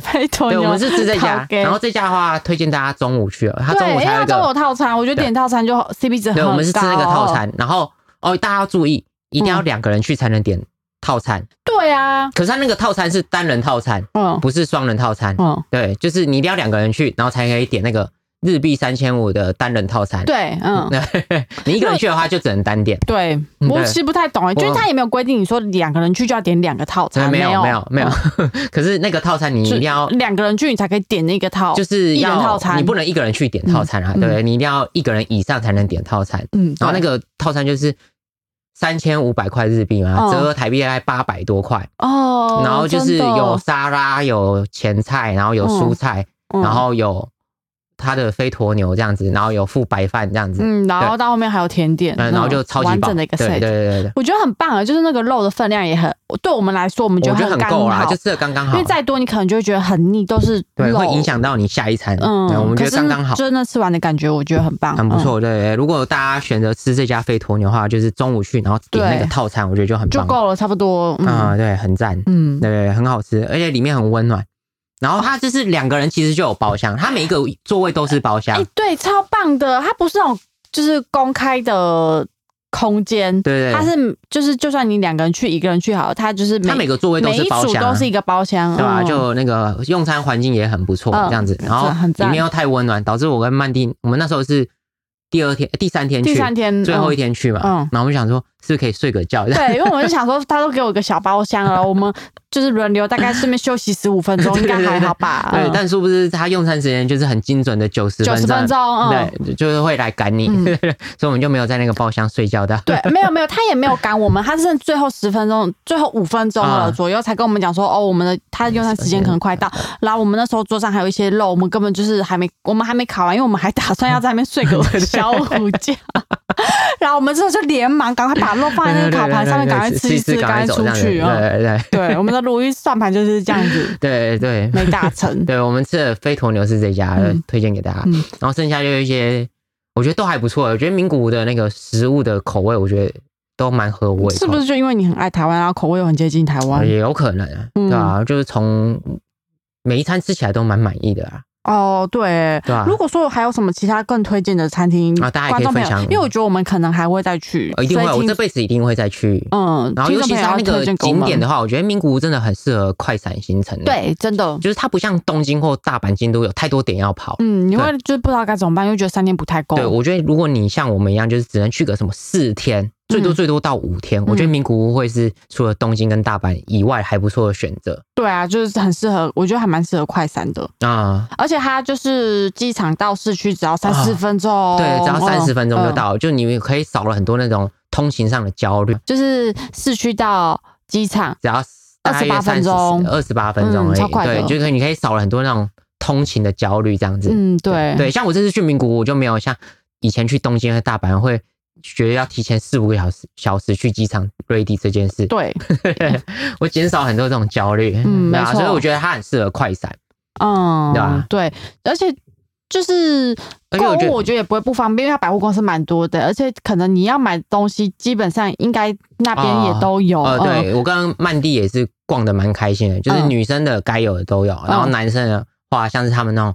S2: 飞鸵
S1: 对，
S2: 牛，
S1: 我们是吃这
S2: 桃
S1: 家，
S2: 给
S1: 然后这家的话推荐大家中午去哦，他
S2: 对，
S1: 中
S2: 因
S1: 午
S2: 为
S1: 才有
S2: 它
S1: 一
S2: 中午
S1: 个，
S2: 有套餐，我觉得点套餐就好 CP 值很
S1: 对，
S2: 高。嗯
S1: 我们是吃那个套。餐，然后哦，大家要注意，一定要两个人去才能点套餐。
S2: 对啊，
S1: 可是他那个套餐是单人套餐，
S2: 嗯
S1: 不是双人套餐。
S2: 嗯，
S1: 对，就是你一定要两个人去，然后才可以点那个日币三千五的单人套餐。
S2: 对，嗯。
S1: 你一个人去的话就只能单点。
S2: 对，
S1: 嗯
S2: 我
S1: 对
S2: 其实不太懂哎，就是他也没有规定你说两个人去就要点两个套
S1: 真的
S2: 餐，
S1: 哎没有
S2: 啊有嗯
S1: 没有没有， 可是那个套餐你一定要
S2: 就两个人去你才可以点那个套，
S1: 就是
S2: 哦一
S1: 要
S2: 人套餐
S1: 你不能一个人去点套餐啊，
S2: 嗯
S1: 对不对？你一定要一个人以上才能点套餐。
S2: 嗯，
S1: 然后那
S2: 对
S1: 个套餐就是三千五百块日币嘛，
S2: 嗯
S1: 折合台币大概八百多块。
S2: 哦，
S1: 然后就是
S2: 真的
S1: 有沙拉，有前菜，然后有蔬菜，
S2: 嗯
S1: 然后有它的飞鸵牛这样子，然后有附白饭这样子，
S2: 嗯，然后到后面还有甜点，
S1: 嗯，然后就超级
S2: 完
S1: 饱
S2: 整的一个
S1: 对对
S2: set，
S1: 对对对，
S2: 我觉得很棒啊，就是那个肉的分量也很，对我们来说，我们
S1: 我觉得
S2: 很
S1: 很
S2: 刚
S1: 够啦，
S2: 好
S1: 就吃的刚刚
S2: 因
S1: 好，
S2: 为再多你可能就会觉得很腻，都是
S1: 对
S2: 肉
S1: 会影。响到你下一餐，
S2: 嗯
S1: 对，我们觉得
S2: 可是
S1: 刚刚好。
S2: 真的吃完的感觉，我觉得很棒，
S1: 很不
S2: 嗯，
S1: 错，对对对如果大家选择吃这家飞鸵牛的话，就是中午去，然后点那个
S2: 对
S1: 套餐，我觉得就很
S2: 就
S1: 棒。
S2: 够了，差不多。
S1: 啊、
S2: 嗯
S1: 对，很赞，
S2: 嗯，
S1: 对对对，很好吃，而且里面很温暖。然后它就是两个人其实就有包厢，它每一个座位都是包厢
S2: 哎，，对，超棒的，它不是那种就是公开的空间，
S1: 对对
S2: 它
S1: 对，
S2: 是就是就算你两个人去，一个人去好了，它就是
S1: 它每
S2: 每
S1: 个座位都
S2: 每
S1: 是
S2: 一
S1: 包
S2: 组
S1: 厢、
S2: 都
S1: 啊，
S2: 是一个包厢，
S1: 对吧？
S2: 嗯
S1: 就那个用餐环境也很不错，
S2: 嗯
S1: 这样子。然后
S2: 很赞
S1: 里面又太温暖，导致我跟曼蒂，我们那时候是第二天、第三天去，
S2: 第三天
S1: 最后一
S2: 天。
S1: 天去嘛。
S2: 嗯
S1: 然后我们想说，是不是可以睡个觉？
S2: 对，因为我就想说，他都给我一个小包厢了，我们就是轮流，大概顺便休息十五分钟，应该还好吧？
S1: 对
S2: 嗯，
S1: 但殊不知他用餐时间就是很精准的九十
S2: 九
S1: 分
S2: 十
S1: 钟，
S2: 分钟，嗯，
S1: 对，就是会来赶你，
S2: 嗯
S1: 所以我们就没有在那个包厢睡觉的。
S2: 对，没有没有，他也没有赶我们，他是最后十分钟，最后五分钟了
S1: 嗯
S2: 左右才跟我们讲说，哦，我们的他用餐时间可能快到，然后我们那时候桌上还有一些肉，我们根本就是还没，我们还没烤完，因为我们还打算要在那边睡个小午觉，然后我们之后就连忙赶快把肉放在那
S1: 对对
S2: 个
S1: 对
S2: 烤盘上面，赶快吃一
S1: 吃，
S2: 吃，赶快
S1: 走
S2: 出
S1: 这样子
S2: 去啊！
S1: 对
S2: 嗯
S1: 对
S2: 对，我们的如意算盘就是这样子，
S1: 对对对
S2: 没达成。
S1: 对，我们吃的飞鸵牛是这家，
S2: 嗯
S1: 推荐给大家。
S2: 嗯
S1: 然后剩下就有一些，我觉得都还不错。我觉得名古屋的那个食物的口味，我觉得都蛮合我胃
S2: 是
S1: 口
S2: 不
S1: 的。
S2: 是就因为你很爱台湾，然后口味又很接近台湾？
S1: 也有可能啊，对吧、就是从每一餐吃起来都蛮满意的啊，
S2: 哦，对。
S1: 对吧、啊
S2: 如果说还有什么其他更推荐的餐厅
S1: 啊大家也
S2: 观众
S1: 可
S2: 朋
S1: 以分
S2: 友
S1: 享
S2: 因为我觉得我们可能还会再去，
S1: 呃一定会，
S2: 所以
S1: 我
S2: 听
S1: 这辈子一定会再去。
S2: 嗯，
S1: 然后尤其是它那
S2: 听众朋友要
S1: 个
S2: 推荐给我
S1: 景
S2: 们
S1: 点的，话，我觉得名古屋真的很适合快闪行程。，
S2: 对，真的，
S1: 就是它不像东京或大阪、京都有太多点要跑。
S2: 嗯，你哦
S1: 对
S2: 会就是不知道该怎么办，又觉得三天不太够，
S1: 对，我觉得如果你像我们一样，就是只能去个什么四天，最
S2: 嗯
S1: 多最多到五天，我觉得名古屋会是除了东京跟大阪以外还不错的选择
S2: 对啊，就是很适合，我觉得还蛮适合快闪的，
S1: 啊。
S2: 而且它就是机场到市区只要三
S1: 啊
S2: 四分钟哦，
S1: 对，只要三十
S2: 嗯
S1: 分钟就
S2: 嗯
S1: 到，就你可以少了很多那种通勤上的焦虑，
S2: 就是市区到机场，
S1: 只要大约
S2: 28分钟
S1: 二十八分钟
S2: 嗯
S1: 而
S2: 超
S1: 已，
S2: 快的
S1: 对，就是你可以少了很多那种通勤的焦虑这样子。
S2: 嗯，对，
S1: 对，像我这次去名古屋，我就没有像以前去东京和大阪会觉得要提前四五个小时小时去机场 ready 这件事，
S2: 对，
S1: 我减少很多这种焦虑，
S2: 嗯
S1: 对
S2: 没
S1: 啊，
S2: 错
S1: 所以我觉得它很适合快闪，
S2: 嗯，
S1: 对啊
S2: 对，而且就是
S1: 而且
S2: 购
S1: 我觉
S2: 物，
S1: 得
S2: 我觉得也不会不方便，因为它百货公司蛮多的，而且可能你要买东西，基本上应该那边也都有。
S1: 呃，
S2: 嗯，
S1: 对我跟曼蒂也是逛的蛮开心的，就是
S2: 嗯
S1: 女生的该有的都有，然后
S2: 嗯
S1: 男生的话，像是他们那种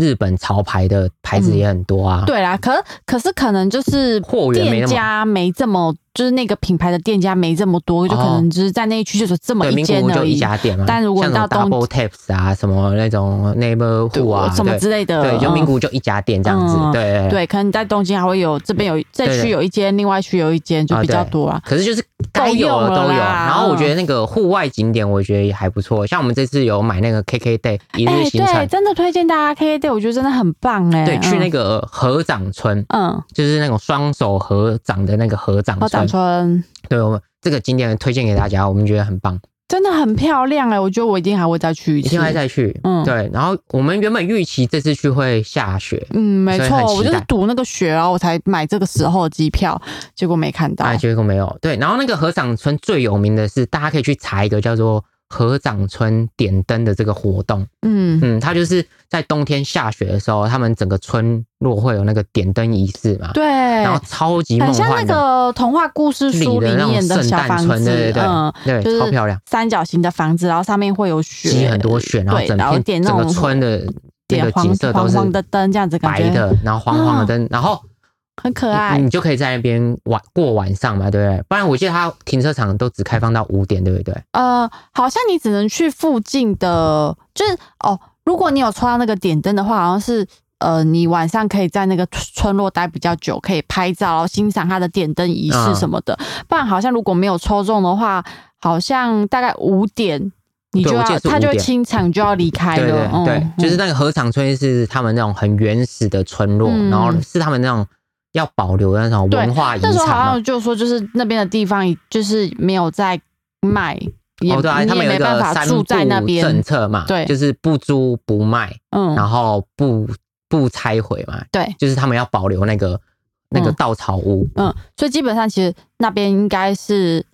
S1: 日本潮牌的牌子也很多啊，
S2: 嗯对啦，可可是可能就是
S1: 货源没那
S2: 店
S1: 么
S2: 家没这么，就是那个品牌的店家没这么多，就可
S1: 哦
S2: 能就是在那一区就是这么
S1: 对，
S2: 一
S1: 名
S2: 间
S1: 古屋
S2: 而
S1: 就
S2: 已
S1: 一，家店嘛，
S2: 但如果
S1: 像
S2: 你
S1: 什么
S2: 到东
S1: double taps 啊，什么那种 neighborhood 啊，
S2: 什么
S1: 对
S2: 之类的。
S1: 对，就名
S2: 嗯
S1: 古屋就一家店这样子，
S2: 嗯
S1: 对对。对
S2: 对，可能你在东京还会有这边有这
S1: 对
S2: 区
S1: 对
S2: 有一间，另外一区有一间，就
S1: 啊
S2: 比较
S1: 对
S2: 多啊。
S1: 可是就是该有的
S2: 够
S1: 都
S2: 用
S1: 有，
S2: 了啦
S1: 然后我觉得那个户外景点，我觉得也还不错。像我们这次有买那个 KK Day 一
S2: 哎、
S1: 日行程
S2: 对，，真的推荐大家 K K Day，我觉得真的很棒哎、
S1: 对，去那
S2: 个
S1: 个合掌村，
S2: 嗯，
S1: 就是那种双手合掌的那个合掌
S2: 好
S1: 村。
S2: 长春
S1: 对，我们这个景点推荐给大家，我们觉得很棒，
S2: 真的很漂亮哎、我觉得我一定还会再去一
S1: 一
S2: 次。
S1: 定会再去。
S2: 嗯
S1: 对。然后我们原本预期这次去会下雪，
S2: 嗯，没
S1: 所以
S2: 错
S1: 很，期待
S2: 我就是赌那个雪，然后我才买这个时候的机票，结果没看到。
S1: 哎，结果没有。对，然后那个合掌村最有名的是，大家可以去查一个叫做合掌村点灯的这个活动。
S2: 嗯
S1: 嗯，它就是在冬天下雪的时候，他们整个村落会有那个点灯仪式嘛，
S2: 对，
S1: 然后超级梦
S2: 很像那
S1: 幻的，
S2: 个童话故事
S1: 里
S2: 书里
S1: 的那
S2: 面
S1: 种
S2: 的
S1: 圣
S2: 小
S1: 诞
S2: 房
S1: 村，
S2: 子，
S1: 对对对、
S2: 嗯，
S1: 对，
S2: 就是
S1: 超漂亮，
S2: 三角形的房子，然后上面会有雪，
S1: 积很多雪，然后
S2: 对
S1: 整
S2: 然后
S1: 片
S2: 点那
S1: 整
S2: 种
S1: 个村的那
S2: 点
S1: 个
S2: 黄
S1: 景色都
S2: 黄
S1: 是
S2: 黄的灯，这样子感
S1: 白
S2: 觉
S1: 的，然后黄黄的灯，然后
S2: 很可爱。
S1: 你就可以在那边晚过晚上嘛，对不对？不然我记得它停车场都只开放到五点，对不对？
S2: 呃，好像你只能去附近的，就是哦，如果你有抽到那个点灯的话，好像是呃，你晚上可以在那个村村落待比较久，可以拍照，然后欣赏它的点灯仪式
S1: 嗯
S2: 什么的。不然好像如果没有抽中的话，好像大概五点你
S1: 对
S2: 就
S1: 我
S2: 要
S1: 记得，是
S2: 它
S1: 5
S2: 就会
S1: 点
S2: 清场就要离开
S1: 对
S2: 了。
S1: 对对
S2: 嗯，
S1: 就是那个合掌村是他们那种很原始的村落，
S2: 嗯
S1: 然后是他们那种要保留的那种文化遗
S2: 那时候
S1: 产
S2: 好
S1: 嘛。
S2: 像就说，就是那边的地方就是没有在卖，也、
S1: 哦，对啊，他们
S2: 你也
S1: 有一
S2: 没办
S1: 个
S2: 法
S1: 三
S2: 住在那
S1: 不政
S2: 边。
S1: 策嘛，
S2: 对
S1: 就是不租不卖，
S2: 嗯，
S1: 然后不不拆毁嘛，
S2: 对，
S1: 就是他们要保留那个那个
S2: 嗯
S1: 稻草屋，
S2: 嗯，所以基本上其实那边应该是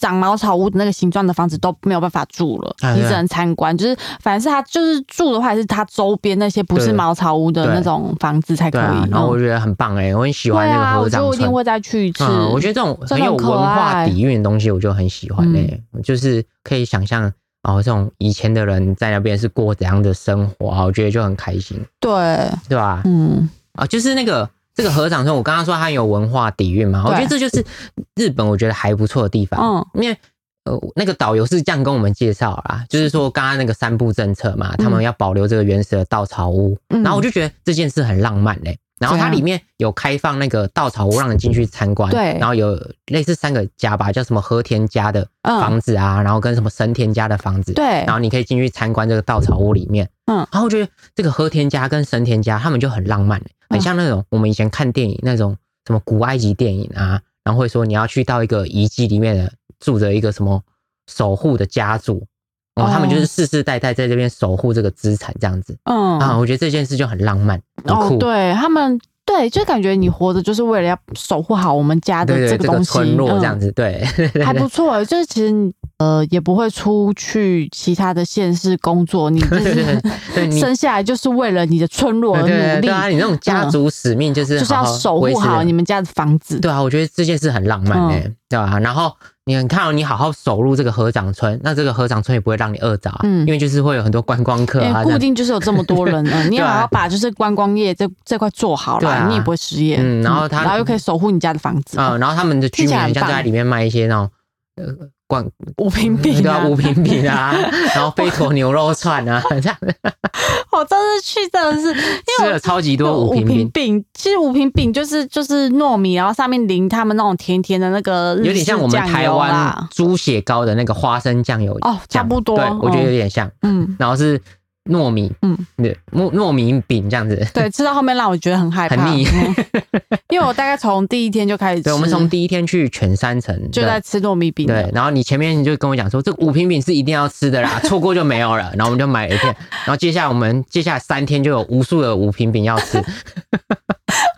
S2: 长茅草屋的那个形状的房子都没有办法住了，
S1: 啊
S2: 你
S1: 对
S2: 只能参观。就是反正是他就是住的话，还是他周边那些不是
S1: 对
S2: 茅草屋的
S1: 对
S2: 那种房子才可
S1: 对
S2: 以。
S1: 啊，然后我
S2: 嗯
S1: 觉得很棒哎、我很喜
S2: 对
S1: 欢那
S2: 啊，
S1: 个
S2: 我
S1: 合
S2: 觉
S1: 掌
S2: 得我一
S1: 村
S2: 定。会再去一次。
S1: 嗯，我觉得这种
S2: 真
S1: 很
S2: 的
S1: 有
S2: 很
S1: 文
S2: 可
S1: 化
S2: 爱
S1: 底蕴的东西，我就很喜欢
S2: 嗯
S1: 哎、就是可以想象哦，这种以前的人在那边是过怎样的生活啊，我觉得就很开心，
S2: 对，
S1: 对吧、
S2: 嗯，
S1: 啊，就是那个这个合掌村，我刚刚说它很有文化底蕴嘛，我
S2: 对
S1: 觉得这就是日本我觉得还不错的地方。
S2: 嗯，
S1: 因为呃那个导游是这样跟我们介绍啦，就是说刚刚那个三步政策嘛，他们要保留这个原始的稻草屋，
S2: 嗯
S1: 然后我就觉得这件事很浪漫嘞、然后它
S2: 对啊
S1: 里面有开放那个稻草屋，让你进去参观。
S2: 对
S1: 然后有类似三个家吧，叫什么和田家的
S2: 嗯
S1: 房子啊，然后跟什么神田家的房子。
S2: 对
S1: 然，后你可以进去参观这个稻草屋里面，
S2: 嗯
S1: 然后我觉得这个和田家跟神田家他们就很浪漫、欸
S2: 嗯
S1: 很像那种我们以前看电影那种什么古埃及电影啊，然后会说你要去到一个遗迹里面的住着一个什么守护的家族，哦，
S2: 哦
S1: 他们就是世世代代在这边守护这个资产这样子
S2: 嗯，
S1: 啊，我觉得这件事就很浪漫，很
S2: 哦
S1: 酷，，
S2: 对他们，对，就感觉你活着就是为了要守护好我们家的
S1: 对对，
S2: 啊个
S1: 这个
S2: 东西，
S1: 村落
S2: 嗯
S1: 这样子， 对，
S2: 还不错。就是其实你呃也不会出去其他的县市工作，你就
S1: 对对
S2: 是
S1: 对，你。
S2: 生下来就是为了你的村落而
S1: 对
S2: 努
S1: 对
S2: 力嗯
S1: 对，啊，你那种家族使命就是
S2: 就是
S1: 好
S2: 要
S1: 好
S2: 守
S1: 维
S2: 护
S1: 持
S2: 好
S1: 的
S2: 你们家的房子。
S1: 对啊，我觉得这件事很浪
S2: 嗯
S1: 漫哎、对吧、然后你看到你好好走入这个合掌村，那这个合掌村也不会让你饿着啊，
S2: 嗯
S1: 因为就是会有很多观光客
S2: 因
S1: 啊，
S2: 为
S1: 这
S2: 固
S1: 样
S2: 定就是有这么多人，嗯，你
S1: 对
S2: 好
S1: 啊
S2: 好把就是观光业这这块做好
S1: 对
S2: 了，
S1: 啊
S2: 你也不会失业。
S1: 嗯然后他
S2: 然后又可以守护你家的房子，
S1: 嗯，然后他们的居
S2: 听起
S1: 民
S2: 来
S1: 很像
S2: 很棒
S1: 就在里面卖一些那种呃罐
S2: 无品品
S1: 对
S2: 啊
S1: 啊，五品饼 啊，然后飞陀牛肉串啊，这样
S2: 我这次去真的 是，因
S1: 吃
S2: 为
S1: 了
S2: 我
S1: 超级
S2: 那
S1: 多
S2: 种
S1: 五
S2: 五
S1: 品
S2: 平
S1: 饼，
S2: 饼，其实五平饼就是就是糯米，然后上面淋他们那种甜甜的那个日
S1: 有点像我们
S2: 式酱
S1: 台
S2: 油
S1: 湾
S2: 啦
S1: 猪血糕的那个花生酱油
S2: 哦，差
S1: 酱
S2: 不多，
S1: 对我觉得有
S2: 嗯
S1: 点像，
S2: 嗯，
S1: 然后是糯米，嗯
S2: 嗯，
S1: 对，糯糯米饼这样子，
S2: 对，吃到后面让我觉得很害怕，
S1: 很腻
S2: 嗯 因为我大概从第一天就开始吃，
S1: 对，我们从第一天去全山城
S2: 就
S1: 对
S2: 在吃糯米饼了，
S1: 对，然后你前面你就跟我讲说，这个五品饼是一定要吃的啦，错过就没有了。然后我们就买了一片，然后接下来我们接下来三天就有无数的五品饼要吃。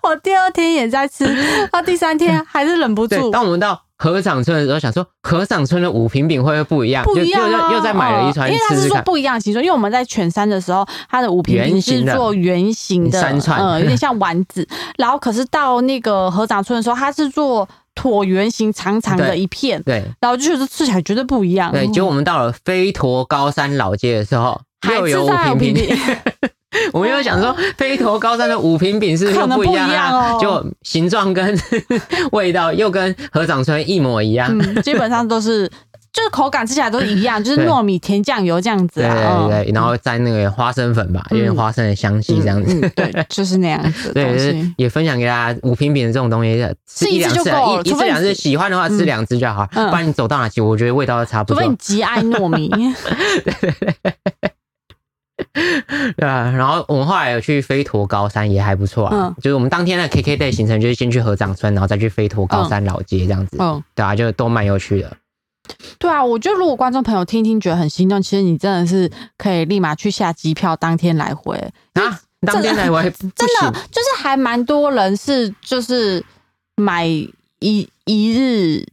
S2: 我第二天也 在吃，到第三天还是忍不
S1: 对，
S2: 住，
S1: 当我们到河场村的时候，想说河场村的五品饼会不会不一样？
S2: 不一样
S1: 就
S2: 啊
S1: 又又又再买了一串
S2: 因为他
S1: 吃
S2: 是
S1: 吃
S2: 说
S1: 看。
S2: 不一样的形状，因为我们在全山的时候，它的五平
S1: 圆
S2: 饼
S1: 形
S2: 是
S1: 的
S2: 做圆形的
S1: 三串
S2: 嗯，有点像丸 子。然后可是到那个合掌村的时候，它是做椭圆形长长的
S1: 对
S2: 一片，
S1: 对
S2: 然后就觉得吃起来绝对不一样。嗯
S1: 对，结果我们到了飞陀高山老街的时候，
S2: 还
S1: 又
S2: 是
S1: 有五
S2: 在
S1: 品
S2: 五平
S1: 饼。
S2: 饼，
S1: 我们又想说飞陀高山的五品饼是不是
S2: 可
S1: 又
S2: 能
S1: 不一样
S2: 不一样
S1: 啊？
S2: 哦
S1: 就形状跟 味道又跟河场村一模一样。
S2: 嗯，基本上 都是。就是口感吃起来都一样，就是
S1: 对
S2: 糯米甜酱油这样子
S1: 对
S2: 啊，嗯
S1: 对对，然后沾那个花生粉吧，有点花生的香气这样子。
S2: 嗯 嗯对，就是那样子的
S1: 对，
S2: 东
S1: 就是
S2: 西。
S1: 也分享给大家五品饼这种东西，吃
S2: 吃一
S1: 两
S2: 次
S1: 次
S2: 就
S1: 啊，
S2: 够了
S1: 一一
S2: 除
S1: 次
S2: 非你
S1: 两次，喜欢的话吃两只就好，不
S2: 嗯
S1: 然你走到哪去，我觉得味道都差不
S2: 除
S1: 多
S2: 非，你极爱 糯米，
S1: 对啊。然后我们后来有去飞陀高山，也还不错啊
S2: 嗯。
S1: 就是我们当天的 KK day 行程，就是先去合掌村，然后再去飞陀高山老街这样子，
S2: 嗯，
S1: 对啊，就都蛮有趣的。
S2: 对啊，我觉得如果观众朋友听一听觉得很心动，其实你真的是可以立马去下机票，当天来回。
S1: 啊，当天来我还不
S2: 真的
S1: 行，
S2: 就是还蛮多人是就是买一一日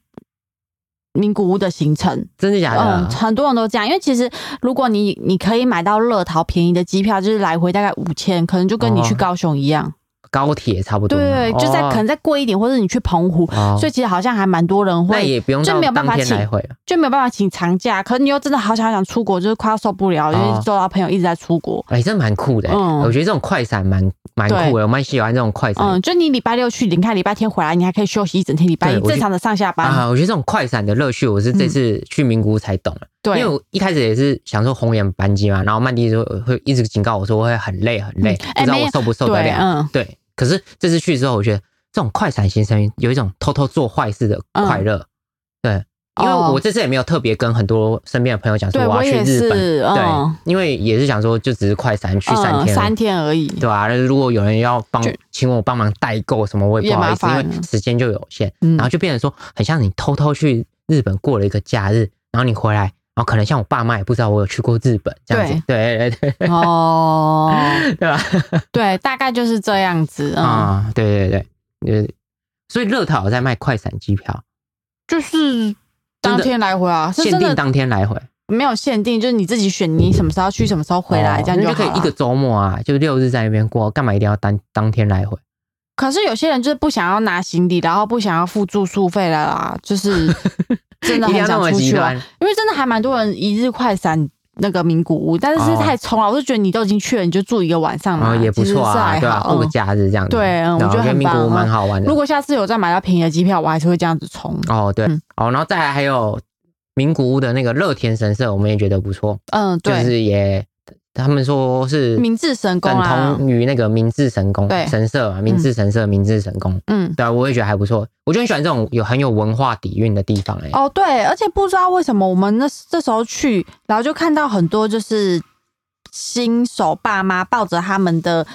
S2: 名古屋的行程，
S1: 真的假
S2: 嗯，
S1: 的？
S2: 很多人都这样。因为其实如果你你可以买到乐淘便宜的机票，就是来回大概五千，可能就跟你去
S1: 哦
S2: 高雄一样，
S1: 高铁差不多吗，
S2: 对，就再
S1: 哦
S2: 可能再贵一点，或者你去澎湖。
S1: 哦
S2: 所以其实好像还蛮多人
S1: 那
S2: 会
S1: 也不用
S2: 就
S1: 到
S2: 没有办
S1: 当
S2: 法
S1: 天
S2: 请
S1: 来回了。
S2: 就没有办法请长假，可是你又真的好想好想出国，就是快要受不了，因
S1: 哦
S2: 为周遭朋友一直在出国。
S1: 哎、真的蛮酷的、欸
S2: 嗯
S1: 我觉得这种快闪蛮蛮酷的，我蛮喜欢这种快闪、
S2: 嗯，就你礼拜六去，你看礼拜天回来，你还可以休息一整天，礼拜
S1: 对我
S2: 一
S1: 就
S2: 正常的上下班。
S1: 啊。我觉得这种快闪的乐趣，我是这次去名古屋才懂了、
S2: 嗯
S1: 啊
S2: 对，
S1: 因为我一开始也是想说红眼班机嘛，然后曼迪说会一直警告我说会很累很累，
S2: 嗯
S1: 不
S2: 哎
S1: 知道
S2: 没有
S1: 我受不受得
S2: 对，
S1: 了。
S2: 嗯，
S1: 对，可是这次去之后，我觉得这种快闪行程有一种偷偷做坏事的快乐、对，因为
S2: 嗯哦
S1: 我这次也没有特别跟很多身边的朋友讲说
S2: 对
S1: 要
S2: 我
S1: 去
S2: 也
S1: 日本，
S2: 是，嗯，
S1: 对，因为也是想说就只是快闪去三
S2: 嗯，
S1: 天而已。
S2: 三天而已。
S1: 对吧、那如果有人要帮
S2: 就
S1: 请我帮忙代购什么，我也不好意思，
S2: 也
S1: 因
S2: 麻烦
S1: 为时间就有限，
S2: 嗯
S1: 然后就变成说，很像你偷偷去日本过了一个假日，然后你回来，然后可能像我爸妈也不知道我有去过日本这样子，对对对 对
S2: 哦，
S1: 对吧？
S2: 对，大概就是这样子，嗯，
S1: 啊、对对对，呃，所以乐淘有在卖快闪机票，
S2: 就是当天来回啊，是
S1: 限
S2: 真
S1: 定
S2: 的
S1: 当天来回，
S2: 没有限定，就是你自己选你什么时候去，什么时候回来，
S1: 哦
S2: 这样
S1: 那就可
S2: 好
S1: 以一
S2: 了
S1: 个周末啊，就六日在那边过，干嘛一定要当当天来回？
S2: 可是有些人就是不想要拿行李，然后不想要付住宿费了啦，就是 真的
S1: 一定
S2: 很
S1: 要那
S2: 想
S1: 么
S2: 出
S1: 极
S2: 去玩，啊
S1: 端？
S2: 因为真的还蛮多人一日快闪那个名古屋，但是是
S1: 哦
S2: 太冲了，我就觉得你都已经去了，你就住一个晚上
S1: 然
S2: 嘛，
S1: 后也不
S2: 其实
S1: 错
S2: 是
S1: 啊，
S2: 还
S1: 对吧、
S2: 好
S1: 过个
S2: 嗯
S1: 假日这样子，
S2: 对嗯我
S1: 啊
S2: 觉得很
S1: 民
S2: 棒
S1: 国
S2: 嗯
S1: 蛮好玩的。
S2: 如果下次有再买到便宜的机票，我还是会这样子冲。
S1: 哦，对，
S2: 嗯
S1: 哦，然后再来还有名古屋的那个乐天神社，我们也觉得不错，
S2: 嗯，
S1: 就
S2: 对，
S1: 是也他们说是
S2: 明治神宫
S1: 等
S2: 啊，
S1: 同于那个明治神宫
S2: 对
S1: 神社啊，明治神社、明治神宫，
S2: 嗯，
S1: 对啊，我也觉得还不错，我就很喜欢这种有很有文化底蕴的地方、欸，哎、
S2: 哦对，而且不知道为什么我们那这时候去，然后就看到很多就是新手爸妈抱着他们的。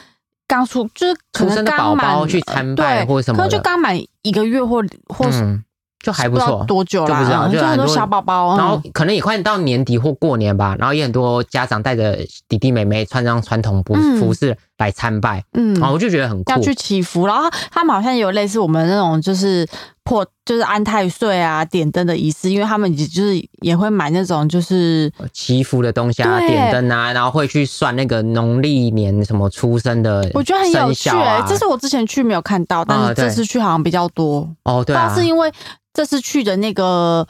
S2: 刚出就是可
S1: 出
S2: 能
S1: 生的
S2: 刚
S1: 宝宝
S2: 满
S1: 去参拜
S2: 对
S1: 或什么
S2: 可
S1: 的
S2: 能就刚满一个月或或是
S1: 嗯，就还不
S2: 知
S1: 错
S2: 道。多久
S1: 就
S2: 啦，
S1: 不知道
S2: 嗯
S1: 就
S2: 就
S1: 很
S2: 很多
S1: 多
S2: 小宝宝，
S1: 然后
S2: 嗯
S1: 可能也快到年底或过年吧，然后也很多家长带着弟弟妹妹穿上传统服
S2: 嗯
S1: 服饰来参拜，
S2: 嗯，
S1: 然后我就觉得很酷
S2: 要。去祈福，然后他们好像有类似我们那种就是破就是安太岁啊点灯的仪式，因为他们也就是也会买那种就是
S1: 祈福的东西啊，
S2: 对
S1: 点灯啊，然后会去算那个农历年什么出生的，
S2: 我觉得很有趣、
S1: 啊
S2: 欸，这是我之前去没有看到，但
S1: 啊
S2: 是这
S1: 对
S2: 次去好像比较多，
S1: 哦，对
S2: 但
S1: 啊
S2: 是，因为这次去的那个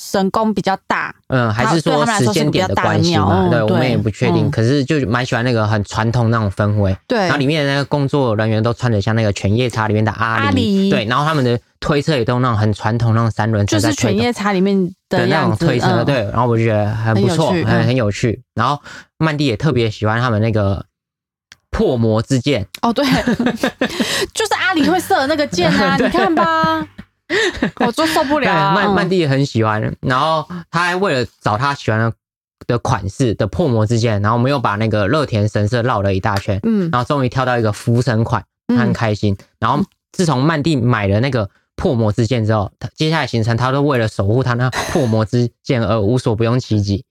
S2: 神宫比较大，
S1: 嗯，还是
S2: 对他
S1: 说
S2: 们来
S1: 时
S2: 说是
S1: 间
S2: 比
S1: 点
S2: 较
S1: 的
S2: 大的
S1: 关系
S2: 庙
S1: 嘛，
S2: 嗯
S1: 对，我们
S2: 对
S1: 也不确定，
S2: 嗯
S1: 可是就蛮喜欢那个很传统那种氛围，
S2: 对
S1: 然后，里面的那个工作人员都穿的像那个犬夜叉里面的阿
S2: 阿
S1: 狸，
S2: 狸
S1: 对，然后他们的推车也都那种很传统那种三轮车
S2: 就
S1: 在
S2: 是
S1: 推
S2: 犬
S1: 动
S2: 夜叉里面
S1: 对
S2: 的
S1: 那
S2: 样
S1: 种
S2: 子，
S1: 推车，
S2: 嗯、
S1: 对，然后我就觉得很
S2: 很
S1: 不
S2: 有
S1: 错，
S2: 趣
S1: 很
S2: 嗯
S1: 很有趣。然后曼蒂也特别喜欢他们那个破魔之剑，
S2: 哦对， 就是阿里会射的那个箭 啊，你看吧，我就受不
S1: 对，
S2: 了、啊，
S1: 曼
S2: 嗯
S1: 曼蒂也很喜欢。然后他还为了找他喜欢的的款式的破魔之剑，然后我们又把那个乐田神社绕了一大圈，
S2: 嗯
S1: 然后终于挑到一个福神款，他很
S2: 嗯
S1: 开心。然后自从曼蒂买了那个。破魔之剑之后，他接下来行程他都为了守护他那破魔之剑而无所不用其极。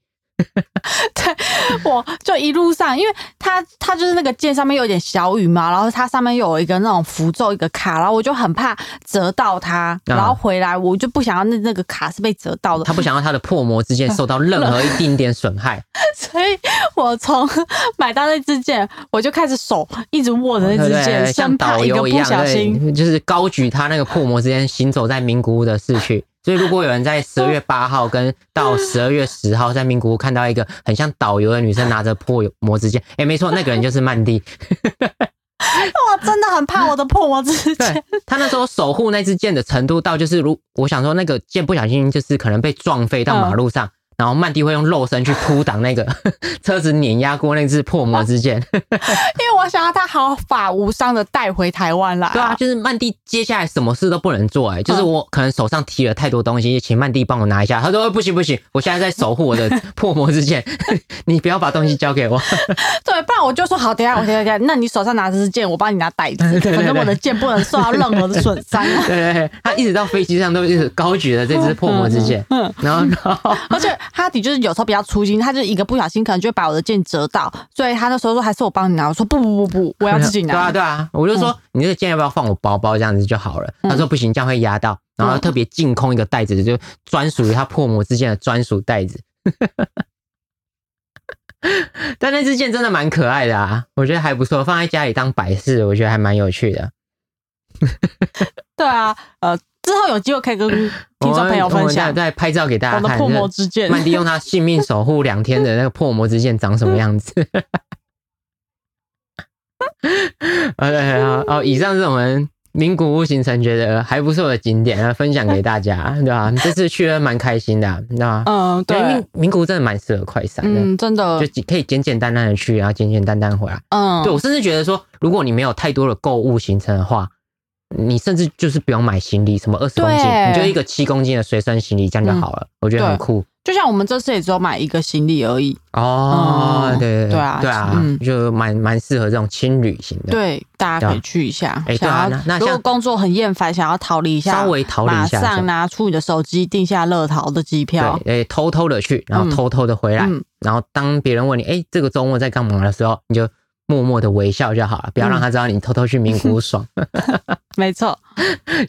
S2: 我就一路上，因为它它就是那个剑上面有点小羽毛，然后它上面有一个那种符咒一个卡，然后我就很怕折到它，
S1: 嗯
S2: 然后回来我就不想要那那个卡是被折到的，
S1: 他不想要他的破魔之剑受到任何一丁点损害。
S2: 所以我从买到那支剑，我就开始手一直握着那
S1: 对
S2: 支
S1: 哦对
S2: 剑，
S1: 像
S2: 生怕
S1: 导
S2: 一个
S1: 游一
S2: 不
S1: 样，
S2: 小心。
S1: 对，就是高举他那个破魔之剑行走在名古屋的市区。 所以如果有人在十二月八号跟到十二月十号在名古屋看到一个很像导游的女生拿着破魔之剑，哎、没错，那个人就是曼蒂。
S2: 我真的很怕我的破魔之 剑
S1: 对，他那时候守护那支剑的程度到，就是如我想说，那个剑不小心就是可能被撞飞
S2: 嗯
S1: 到马路上。然后曼蒂会用肉身去扑挡那个 车子，碾压过那只破魔之剑。
S2: 因为我想要它毫发无伤的带回台湾来、
S1: 对啊，，就是曼蒂接下来什么事都不能做、哎，就是
S2: 嗯
S1: 我可能手上提了太多东西，请曼蒂帮我拿一下。他说、哎不行不行，我现在在守护我的破魔之剑， 你不要把东西交给我。
S2: 对，不然我就说好，等一下我等一下，等一下那你手上拿这支剑，我帮你拿袋子，
S1: 对
S2: 反正我的剑不能受到任何的损伤啊。
S1: 对对对，他一直到飞机上都一直高举着这只破魔之剑，然后然后
S2: 而且哈迪就是有时候比较粗心，他就一个不小心可能就会把我的剑折到，所以他那时候说还是我帮你拿，我说不不不不，我要自己拿。嗯
S1: 对啊对啊，我就说、你这个剑要不要放我包包这样子就好了。他说不行，这样会压到，然
S2: 嗯
S1: 后特别净空一个袋子，就专属于他破魔之剑的专属袋子。 但那支剑真的蛮可爱的啊，我觉得还不错，放在家里当摆饰，我觉得还蛮有趣的。
S2: 对啊，呃，之后有机会可以跟听众朋友
S1: 我
S2: 分
S1: 们再
S2: 享
S1: 再拍照给大
S2: 我
S1: 家
S2: 的
S1: 看。
S2: 破
S1: 就是
S2: 魔之剑。
S1: 曼迪用他性命守护两天的那个破魔之剑长什么样子？ 呃，对好哦，以上是我们名古屋行程觉得还不错的景点，然后分享给大家，对吧、这次去了蛮开心的、啊， 对吧、
S2: 嗯，
S1: 因为
S2: 对，
S1: 名名古屋真的蛮适合快闪的，
S2: 嗯，真的
S1: 就，几可以简简单单的去，然后简简单单回来。
S2: 嗯，
S1: 对我甚至觉得说，如果你没有太多的购物行程的话，你甚至就是不用买行李，什么二十公斤，
S2: 对嗯
S1: 你就一个七公斤的随身行李这样就好了，我觉得很
S2: 对
S1: 酷。
S2: 就像我们这次也只有买一个行李而已，
S1: 哦，
S2: 嗯
S1: 对对
S2: 对啊
S1: 对啊，
S2: 嗯
S1: 就蛮蛮适合这种轻旅行的，，
S2: 对，大
S1: 对
S2: 家
S1: 啊
S2: 可以去一下。
S1: 哎对啊
S2: 想
S1: 那
S2: 要
S1: 那
S2: 如果
S1: 像
S2: 工作很厌烦，想要逃离一下，
S1: 稍微逃离一下，
S2: 马上拿出你的手机订下乐淘的机
S1: 对
S2: 票，，
S1: 哎，偷偷的去，然后
S2: 嗯
S1: 偷偷的回来，
S2: 嗯，
S1: 然后当别人问你，哎，这个周末在干嘛的时候，你就默默的微笑就好了，不
S2: 嗯
S1: 要让他知道你偷偷去名古屋 爽。
S2: 没错，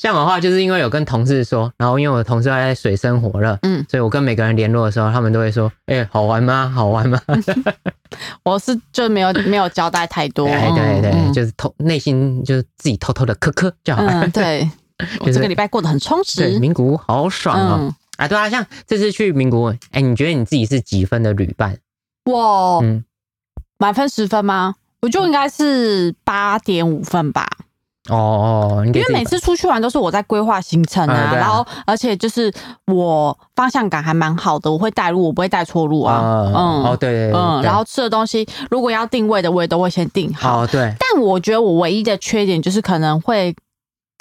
S1: 像我的话，就是因为有跟同事说，然后因为我的同事在水深火热，
S2: 嗯，
S1: 所以我跟每个人联络的时候，他们都会说，哎、好玩吗？好玩吗？
S2: 哦我是就没有没有交代太多，
S1: 哎，对
S2: 嗯
S1: 对，
S2: 嗯
S1: 就是偷内心就是自己偷偷的咳咳就好了。
S2: 嗯，对，我这个礼拜过得很充
S1: 对，
S2: 实，
S1: 名古屋好爽哦！
S2: 嗯，
S1: 啊，对啊，像这次去名古屋，哎，你觉得你自己是几分的旅伴？
S2: 我
S1: 嗯，
S2: 满分十分吗？我就应该是八点五分吧，
S1: 哦哦，你给
S2: 因
S1: 自
S2: 为
S1: 己
S2: 每次出去玩都是我在规划行程
S1: 啊
S2: 啊，
S1: 对啊
S2: 然后而且就是我方向感还蛮好的，我会带路，我不会带错路
S1: 啊，
S2: 啊，
S1: 哦哦，
S2: 嗯
S1: 对对对，
S2: 嗯，
S1: 对
S2: 然后吃的东西如果要定位的，我也都会先定好。嗯
S1: 哦对，
S2: 但我觉得我唯一的缺点就是可能会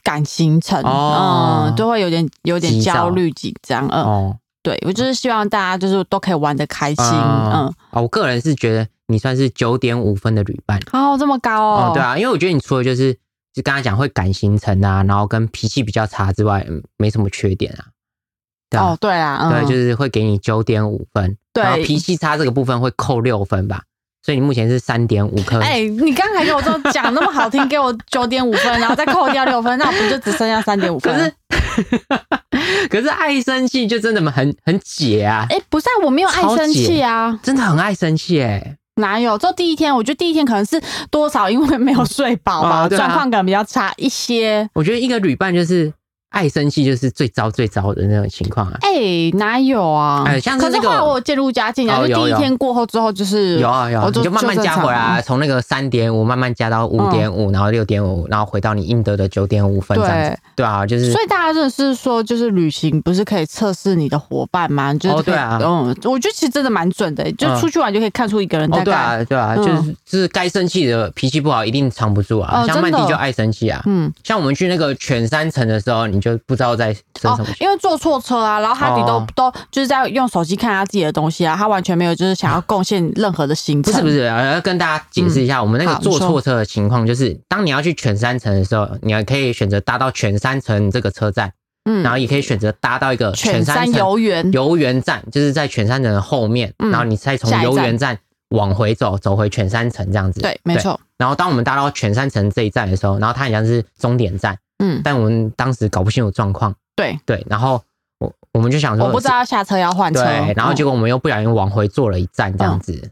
S2: 赶行程，
S1: 哦
S2: 嗯，都会有点有点
S1: 急躁
S2: 焦虑紧张，嗯，
S1: 哦，
S2: 对我就是希望大家就是都可以玩的开心，
S1: 啊
S2: 嗯，
S1: 啊，我个人是觉得你算是九点五分的旅伴。
S2: 哦，这么高
S1: 哦
S2: 哦，，
S1: 对，啊，因为我觉得你除了就是就刚才讲会赶行程啊，然后跟脾气比较差之外，嗯没什么缺点啊。对啊
S2: 哦，，对啦，嗯，
S1: 对，就是会给你九点五分，然后
S2: 对
S1: 脾气差这个部分会扣六分吧，所以你目前是三点五颗。
S2: 哎、你刚才给我这么讲那么好听，给我九点五分，然后再扣掉六分，那我不就只剩下三点五分？
S1: 可是， 可是爱生气就真的很很解啊，
S2: 哎、不是、啊，我没有爱生气啊，
S1: 真的很爱生气哎、
S2: 哪有？就第一天，我觉得第一天可能是多少因为没有睡饱
S1: 哦
S2: 吧，
S1: 对啊
S2: 状况、可能比较差一些。
S1: 我觉得一个旅伴就是爱生气，就是最糟最糟的那种情况啊。
S2: 哎、哪有啊？
S1: 哎像是
S2: 可
S1: 那
S2: 是
S1: 个
S2: 后来我有渐入佳境啊，
S1: 哦
S2: 就
S1: 有
S2: 第一
S1: 有
S2: 天过后之后，就是
S1: 有啊有啊，
S2: 我
S1: 你
S2: 嗯哦就
S1: 就慢慢
S2: 正
S1: 加
S2: 常
S1: 回来啊，从那个三点五慢慢加到五点
S2: 嗯
S1: 五，然后六点五，然后回到你应得的九点五分这样子对
S2: 对。
S1: 啊，就是
S2: 所以大家真的是说，就是旅行不是可以测试你的伙伴吗？就
S1: 哦
S2: 是可以、
S1: 对啊
S2: 嗯，我觉得其实真的蛮准的、欸就
S1: 嗯
S2: 出去玩就可以看出一个人
S1: 哦
S2: 大
S1: 对
S2: 概，
S1: 啊对啊，
S2: 嗯
S1: 就是就是该生气的脾气不好一定藏不住啊，
S2: 哦
S1: 像曼
S2: 真
S1: 迪
S2: 的
S1: 就爱生气啊。
S2: 嗯，
S1: 像我们去那个犬山城的时候，你就不知道在生什么
S2: 哦，
S1: 气。
S2: 因为坐错车啊，然后哈迪都、
S1: 哦
S2: 都就是在用手机看他自己的东西啊，他完全没有就是想要贡献任何的行
S1: 不
S2: 程。
S1: 是不是，呃要跟大家解释一下，我们那个
S2: 嗯好
S1: 坐
S2: 你说
S1: 错车的情况，就是当你要去犬山城的时候，你还可以选择搭到犬山城这个车站，
S2: 嗯
S1: 然后也可以选择搭到一个
S2: 犬山
S1: 城
S2: 游园，
S1: 游园站就是在犬山城的后面，
S2: 嗯
S1: 然后你再从
S2: 下一站
S1: 游园站往回走，走回犬山城这样子。
S2: 对，没。错，
S1: 然后当我们搭到犬山城这一站的时候，然后它好像是终点站，
S2: 嗯，
S1: 但我们当时搞不清楚状况。
S2: 对
S1: 对，然后我我们就想说，
S2: 我不知道下车要换车，
S1: 对，然后结
S2: 嗯
S1: 果我们又不小心往回坐了一站这样子。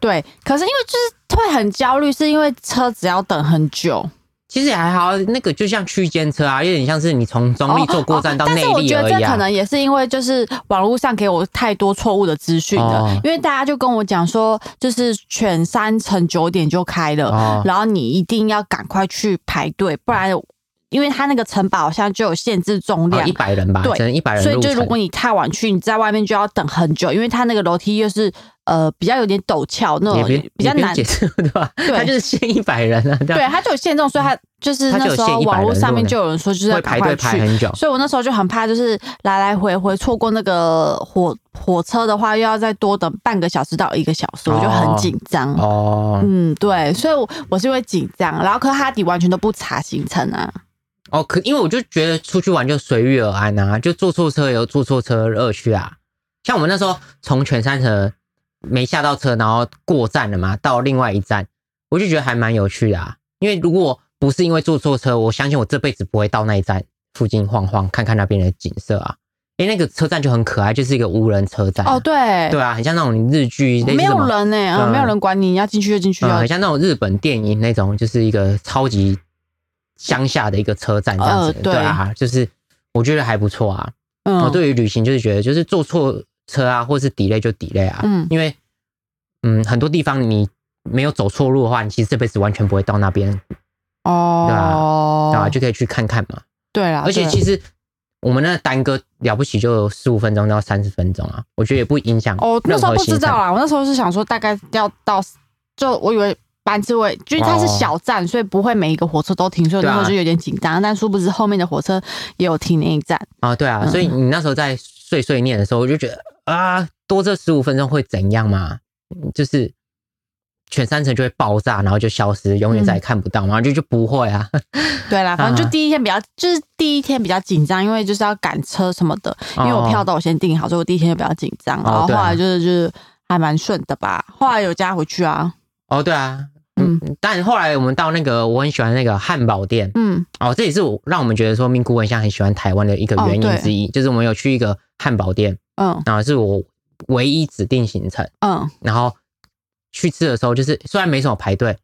S2: 对，可是因为就是会很焦虑，是因为车子要等很久，
S1: 其实也还好，那个就像区间车啊，有点像是你从中立坐过站到
S2: 哦但
S1: 内
S2: 是我
S1: 力
S2: 觉
S1: 而
S2: 得
S1: 已
S2: 这可
S1: 啊。
S2: 能也是因为就是网络上给我太多错误的资讯了，
S1: 哦
S2: 因为大家就跟我讲说，就是犬山城九点就开了，
S1: 哦
S2: 然后你一定要赶快去排队，不然因为它那个城堡好像就有限制重量。
S1: 哦一百人吧，
S2: 对
S1: 只能一百人
S2: 所以
S1: 入
S2: 就
S1: 城
S2: 如果你太晚去，你在外面就要等很久，因为它那个楼梯又是呃比较有点陡峭那
S1: 也
S2: 种
S1: 别，
S2: 比较
S1: 也别
S2: 难
S1: 解。释对吧？
S2: 对
S1: 他就是限一百人啊，这样
S2: 对，它就有限重，所以它就是
S1: 它就有
S2: 那时
S1: 限
S2: 候
S1: 100
S2: 网络
S1: 人
S2: 上面
S1: 入
S2: 就有人说就是要
S1: 会
S2: 赶
S1: 排
S2: 快
S1: 队
S2: 去
S1: 排很久。
S2: 所以我那时候就很怕，就是来来回回错过那个火火车的话，又要再多等半个小时到一个小时，我就很紧张。
S1: 哦、
S2: 嗯，对，所以我我是因为紧张，然后可是哈迪完全都不查行程啊，
S1: 哦，可因为我就觉得出去玩就随遇而安啊，就坐错车也有坐错车的乐趣啊。像我们那时候从全山城没下到车，然后过站了嘛，到另外一站，我就觉得还蛮有趣的啊。因为如果不是因为坐错车，我相信我这辈子不会到那一站附近晃晃，看看那边的景色啊。因为那个车站就很可爱，就是一个无人车站啊、
S2: 哦，对，
S1: 对啊，很像那种日剧，类似
S2: 没
S1: 什
S2: 有
S1: 么
S2: 人呢、嗯
S1: 嗯
S2: 没有人管你，你要进去就进去
S1: 嗯，
S2: 要
S1: 很像那种日本电影那种，就是一个超级乡下的一个车站这样子，
S2: 呃对
S1: 啊，就是我觉得还不错啊。我
S2: 嗯，
S1: 对于旅行就是觉得，就是坐错车啊，或是 delay 就 delay 啊，
S2: 嗯
S1: 因为嗯，很多地方你没有走错路的话，你其实这辈子完全不会到那边，
S2: 哦，
S1: 对吧、啊就可以去看看嘛。
S2: 对啦，
S1: 而且
S2: 对
S1: 其实我们那单歌了不起就十五分钟到三十分钟啊，我觉得也不影响
S2: 哦，那
S1: 任
S2: 时候
S1: 何
S2: 不
S1: 行
S2: 知
S1: 程
S2: 道。啦，我那时候是想说大概要到，就我以为班次位，就是它是
S1: 哦
S2: 小站，所以不会每一个火车都停，所以我那时
S1: 对啊
S2: 候就有点紧张。但殊不知后面的火车也有停那一站，
S1: 啊，对啊，
S2: 嗯
S1: 所以你那时候在碎碎念的时候，我就觉得啊，多这十五分钟会怎样嘛？就是全三层就会爆炸，然后就消失，永
S2: 嗯
S1: 远再也看不到嘛，然后就就不会啊。
S2: 对啦，反
S1: 嗯
S2: 正就第一天比较，就是第一天比较紧张，因为就是要赶车什么的， 因为我票都有先订好，所以我第一天就比较紧张。然后后
S1: 哦对啊
S2: 来就是就是还蛮顺的吧，后来有加回去啊，
S1: 哦，对啊，
S2: 嗯
S1: 嗯，但后来我们到那个我很喜欢那个汉堡店，
S2: 嗯
S1: 哦，这也是我让我们觉得说名古文像很喜欢台湾的一个原
S2: 哦对
S1: 因之一，就是我们有去一个汉堡店，
S2: 嗯
S1: 然后是我唯一指定行程，
S2: 嗯，
S1: 然后去吃的时候，就是虽然没什么排队，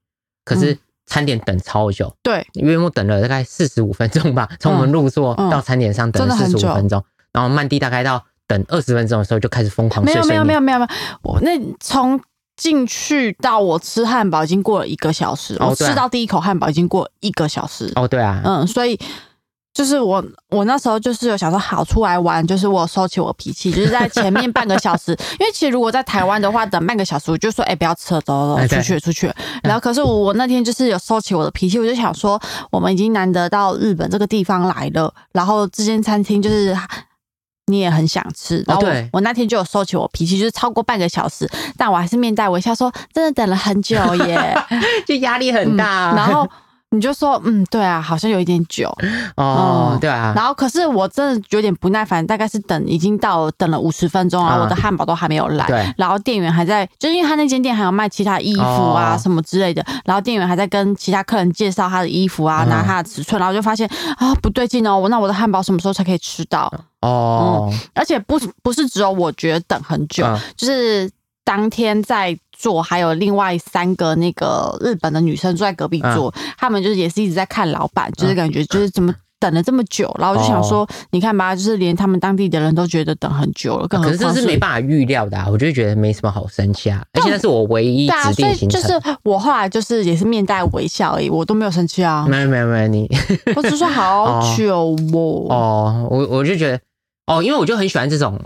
S1: 可
S2: 嗯
S1: 是餐点等超久，
S2: 对，
S1: 因为我等了大概四十五分钟吧，从我们入座
S2: 嗯
S1: 到餐点上等
S2: 真的
S1: 了
S2: 很
S1: 四十
S2: 久
S1: 五分钟，然后曼蒂大概到等二十分钟的时候就开始疯狂
S2: 没
S1: 碎
S2: 有没
S1: 碎
S2: 有没
S1: 念
S2: 有。没有没有，我那从进去到我吃汉堡已经过了一个小时，
S1: 哦
S2: 我
S1: 对啊
S2: 吃到第一口汉堡已经过了一个小时，
S1: 哦，对啊，
S2: 嗯，所以就是我我那时候就是有想说好出来玩，就是我收起我脾气，就是在前面半个小时，因为其实如果在台湾的话，等半个小时我就说哎、不要吃了，走走走
S1: 哎
S2: 出
S1: 对
S2: 去出去。然后可是我我那天就是有收起我的脾气，我就想说我们已经难得到日本这个地方来了，然后这间餐厅就是。你也很想吃，然后我,、
S1: 哦对
S2: 我那天就有收起我脾气，就是超过半个小时，但我还是面带微笑说，真的等了很久耶，
S1: 就压力 很大啊。
S2: 嗯然后你就说，嗯，对啊，好像有一点久，
S1: 哦
S2: 嗯，
S1: 对啊，
S2: 然后可是我真的有点不耐烦，大概是等已经到等了五十分钟啊，
S1: 嗯
S2: 我的汉堡都还没有来，
S1: 对
S2: 然后店员还在，就是因为他那间店还有卖其他衣服
S1: 哦
S2: 啊、什么之类的，然后店员还在跟其他客人介绍他的衣服啊，
S1: 嗯
S2: 拿他的尺寸，然后就发现啊不对劲哦，我那我的汉堡什么时候才可以吃到？
S1: 哦，
S2: 而且不不是只有我觉得等很久，
S1: 嗯
S2: 嗯就是当天在坐，还有另外三个那个日本的女生坐在隔壁桌，
S1: 嗯
S2: 她、们就是也是一直在看老板，就是感觉就是怎么。等了这么久，然后我就想
S1: 哦
S2: 说，你看吧，就是连他们当地的人都觉得等很久了，更何
S1: 啊可
S2: 况
S1: 是这是没办法预料的、啊，我就觉得没什么好生气啊。而且那是我唯一
S2: 对啊，
S1: 指
S2: 所
S1: 定
S2: 以
S1: 行
S2: 就
S1: 程，
S2: 是我后来就是也是面带微笑而已，我都没有生 气啊，
S1: 没有没有没有你
S2: 我只是说好久哦，
S1: 哦，我我就觉得哦，因为我就很喜欢这种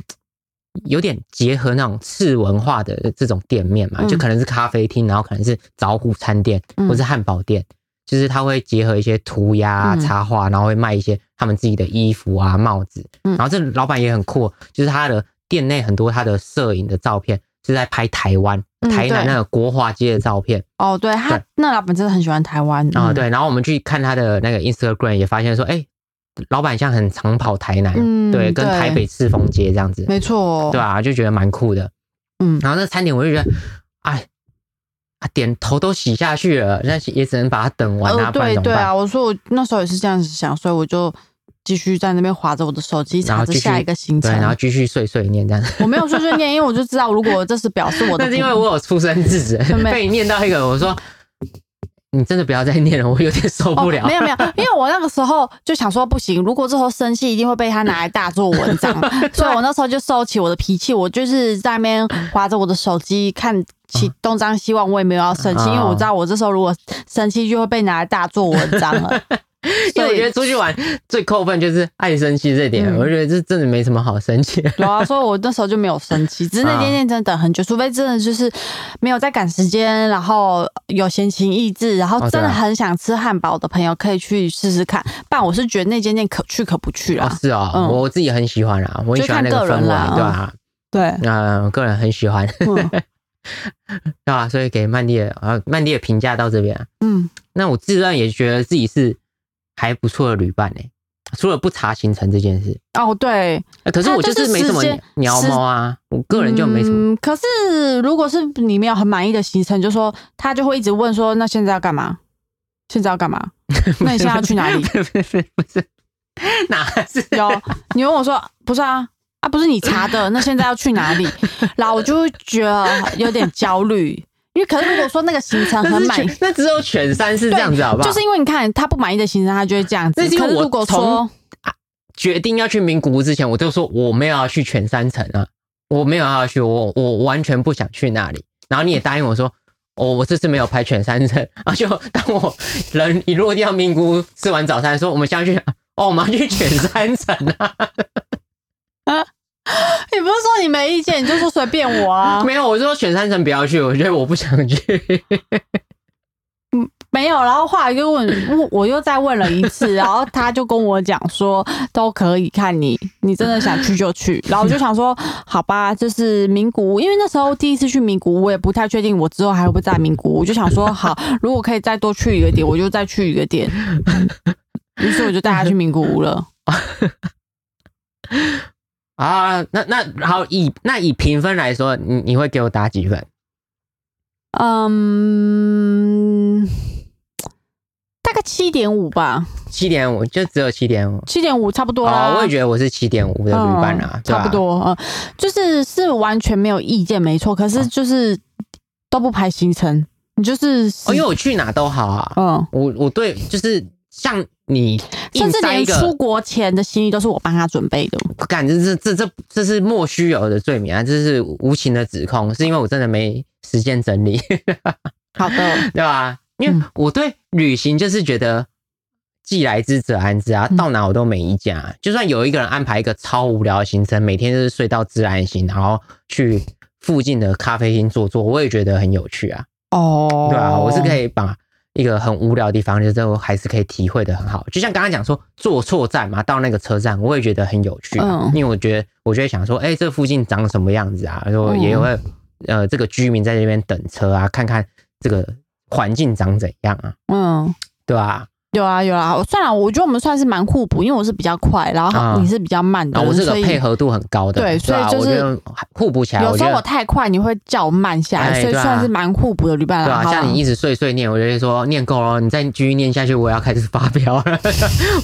S1: 有点结合那种次文化的这种店面嘛，
S2: 嗯
S1: 就可能是咖啡厅，然后可能是早午餐店
S2: 嗯
S1: 或是汉堡店，就是它会结合一些涂鸦、啊、
S2: 嗯
S1: 插画，然后会卖一些他们自己的衣服啊、帽子，
S2: 嗯
S1: 然后这老板也很酷，就是他的店内很多他的摄影的照片是在拍台湾、
S2: 嗯
S1: 台南
S2: 对
S1: 那个国华街的照片。
S2: 哦，对他
S1: 对
S2: 那老板真的很喜欢台湾
S1: 啊、
S2: 嗯
S1: 对，然后我们去看他的那个 Instagram，也发现说，哎、老板像很常跑台南，
S2: 嗯
S1: 对，跟
S2: 对
S1: 台北赤峰街这样子，
S2: 没错哦，
S1: 对啊，就觉得蛮酷的。
S2: 嗯
S1: 然后那餐点我就觉得，哎，啊，点头都洗下去了，那也只能把它等完啊，
S2: 呃，
S1: 不然
S2: 对
S1: 怎么
S2: 对
S1: 办？
S2: 啊，我说我那时候也是这样子想，所以我就继续在那边划着我的手机，
S1: 然
S2: 查
S1: 后
S2: 着
S1: 继续
S2: 下一个行
S1: 对，
S2: 程。
S1: 然后继续碎碎念这样。
S2: 我没有碎碎念，因为我就知道，如果这是表示我的
S1: 但
S2: 不，
S1: 是因为我有出生制止
S2: 没，
S1: 被你念到一个，我说你真的不要再念了，我有点受不了。
S2: 哦。没有没有，因为我那个时候就想说不行，如果这时候生气，一定会被他拿来大做 文章，所以我那时候就收起我的脾气，我就是在那边划着我的手机看。其
S1: 嗯
S2: 东张西望，我也没有要生气，因为
S1: 哦
S2: 我知道我这时候如果生气就会被拿来大做文章了。
S1: 因为
S2: 所
S1: 我
S2: 以
S1: 觉得出去玩最扣分就是爱生气这点，
S2: 嗯
S1: 我觉得这真的没什么好生气的。
S2: 有啊，所以我那时候就没有生气，只是
S1: 嗯
S2: 那间店真的等很久，除非真的就是没有在赶时间，然后有闲情逸致，然后
S1: 哦
S2: 真
S1: 对
S2: 的
S1: 啊
S2: 很想吃汉堡的朋友可以去试试看。不然我是觉得那间店可去可不去啦
S1: 哦，。是哦，
S2: 嗯
S1: 我自己很喜欢啦，我很喜欢那
S2: 就看个
S1: 氛
S2: 人
S1: 围，对
S2: 啦
S1: 啊，
S2: 对，
S1: 嗯，个人很喜欢，
S2: 嗯
S1: 对啊，所以给曼蒂的啊，曼蒂的评价到这边啊、
S2: 嗯，
S1: 那我自认也觉得自己是还不错的旅伴呢、欸除了不查行程这件事，
S2: 哦对，
S1: 呃可是
S2: 啊
S1: 我
S2: 就是
S1: 是没什么
S2: 时间
S1: 鸟猫啊，我个人就没什 么。？
S2: 嗯。可是如果是你没有很满意的行程，就说他就会一直问说，那现在要干嘛？现在要干嘛？那你现在要去哪 里
S1: 不是不是不是，哪是？
S2: 有，你问我说不是啊，啊不是你查的，那现在要去哪里？然后我就会觉得有点焦虑，因为可是如果说那个行程
S1: 那
S2: 啊很
S1: 是
S2: 满意
S1: 全，那只有犬山是这样子，好不好？
S2: 就是因为你看他不满意的行程，他就会这样子
S1: 那。是因
S2: 可
S1: 为
S2: 是
S1: 我
S2: 如果说
S1: 从决定要去名古屋之前，我就说我没有要去全山城啊，我没有要去，我我完全不想去那里。然后你也答应我说，哦，我这次没有拍全山 城。然后就当我人一落地到名古屋，吃完早餐说我们下去，哦，我们要去全山城 啊。
S2: 你不是说你没意见，你就说随便
S1: ，
S2: 我啊
S1: 没有，我说全山城不要去，我觉得我不想去。
S2: 没有，然后后来又问，我我又再问了一 次，然后他就跟我讲说都可以看你，你真的想去就去。 然后我就想说，好吧，就是名古屋，因为那时候第一次去名古屋，我也不太确定我之后还会不会在名古屋，我就想说，好，如果可以再多去一个点，我就再去一个点。于是我就带他去名古屋了。
S1: 啊，那那好，以那以评分来说，你你会给我打几分？
S2: 嗯，大概七点五吧，
S1: 七点五，就只有七点五。
S2: 七点五差不多啦。
S1: 哦，我也觉得我是七点五的旅伴啊，对吧
S2: 差不。多，啊嗯，就是是完全没有意见，没错。可
S1: 哦
S2: 是就是都不排行程，你就是
S1: 哦，因为我去哪都好啊，
S2: 嗯，
S1: 我我对就是像你
S2: 甚
S1: 硬
S2: 至
S1: 塞
S2: 连
S1: 一
S2: 出
S1: 个，
S2: 国前的行李都是我帮他准 备的。
S1: 感这是这这这是莫须有的罪名啊，这是无情的指控，是因为我真的没时间整理，
S2: 好的，
S1: 对吧？因
S2: 嗯
S1: 为我对旅行就是觉得既来之则安之啊，
S2: 嗯
S1: 到哪我都没意见啊。就算有一个人安排一个超无聊的行程，每天就是睡到自然醒，然后去附近的咖啡厅坐坐，我也觉得很有趣啊，
S2: 哦，
S1: 对啊，我是可
S2: 以，
S1: 以把一个很无聊的地方，就是我还是可以体会的很好。就像刚刚讲说坐错站嘛，到那个车站，我也觉得很有趣、啊，
S2: 嗯
S1: 因为我觉得我就会想说，哎、这附近长什么样子啊？然
S2: 嗯
S1: 后也会、呃，这个居民在那边等车啊，看看这个环境长怎样啊。
S2: 嗯。
S1: 对吧、
S2: 有啊有啊，算了，我觉得我们算是蛮互补，因为我是比较快，然后
S1: 啊
S2: 你是比较慢的
S1: 然后
S2: 人，
S1: 我是个
S2: 嗯所以
S1: 配合度很高的
S2: 对
S1: 人，
S2: 所以
S1: 吧
S2: 就
S1: 我
S2: 是
S1: 觉得互补起来，
S2: 有时
S1: 觉
S2: 候
S1: 得
S2: 我太快，你会叫我慢下来，
S1: 哎
S2: 所以
S1: 对啊
S2: 算是蛮互补的旅伴
S1: 对
S2: 了。
S1: 啊，
S2: 嗯好啦
S1: 像你一直碎碎念，我就会说念够了，你再继续念下去，我要开始发飙 了。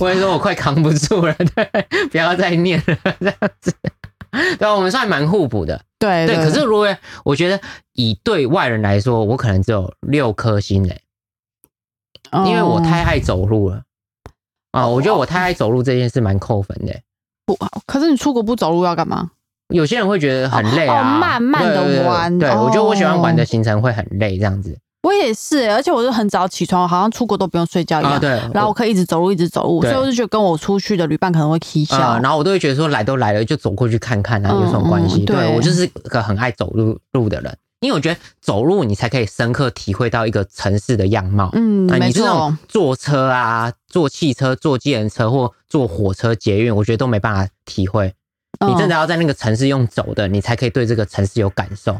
S1: 我会说我快扛不住了，对，不要再念了， 这样子。对啊，我们算蛮互补的，
S2: 对
S1: 对。可是如果我觉得以对外人来说，我可能只有六颗星诶、因为我
S2: 嗯
S1: 太爱走路了。啊，
S2: 哦
S1: 我觉得我太爱走路这件事蛮扣分的、
S2: 可是你出国不走路要干嘛？
S1: 有些人会觉得很累啊，
S2: 哦慢慢地
S1: 对对对
S2: 玩
S1: 对，
S2: 哦
S1: 我觉得我喜欢玩的行程会很累这样子
S2: 我也是、而且我就很早起床，好像出国都不用睡觉一样。
S1: 啊，对。
S2: 然后我可以一直走路，一直走路，所
S1: 对
S2: 以我就觉得跟我出去的旅伴可能会 k 笑。
S1: 啊、然后我都会觉得说来都来了，就走过去看看啊，
S2: 嗯
S1: 有什么关系？
S2: 嗯
S1: 对
S2: 对
S1: 我就是个很爱走路路的人，因为我觉得走路你才可以深刻体会到一个城市的样貌。
S2: 嗯，
S1: 啊
S2: 没
S1: 你这
S2: 错
S1: 种，坐车啊、坐汽车、坐计程车或坐火车、捷运，我觉得都没办法体会。你真的
S2: 嗯、
S1: 要在那个城市用走的，你才可以对这个城市有感受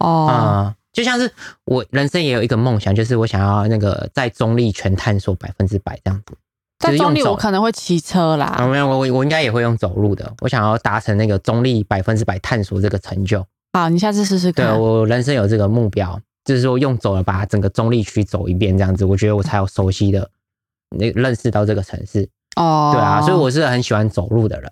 S2: 哦，
S1: 啊、就像是我人生也有一个梦想，就是我想要那个在中立全探索百分之百这样子。就
S2: 在
S1: 是
S2: 中
S1: 用
S2: 立
S1: 走
S2: 我可能会骑车啦。
S1: 啊，没有，我我应该也会用走路的。我想要达成那个中立百分之百探索这个成就。
S2: 好，你下次试试
S1: 对
S2: 看。
S1: 我人生有这个目标，就是说用走了把整个中立区走一遍，这样子，我觉得我才有熟悉的那认识到这个城市。
S2: 哦，
S1: 对啊，所以我是很喜欢走路的人，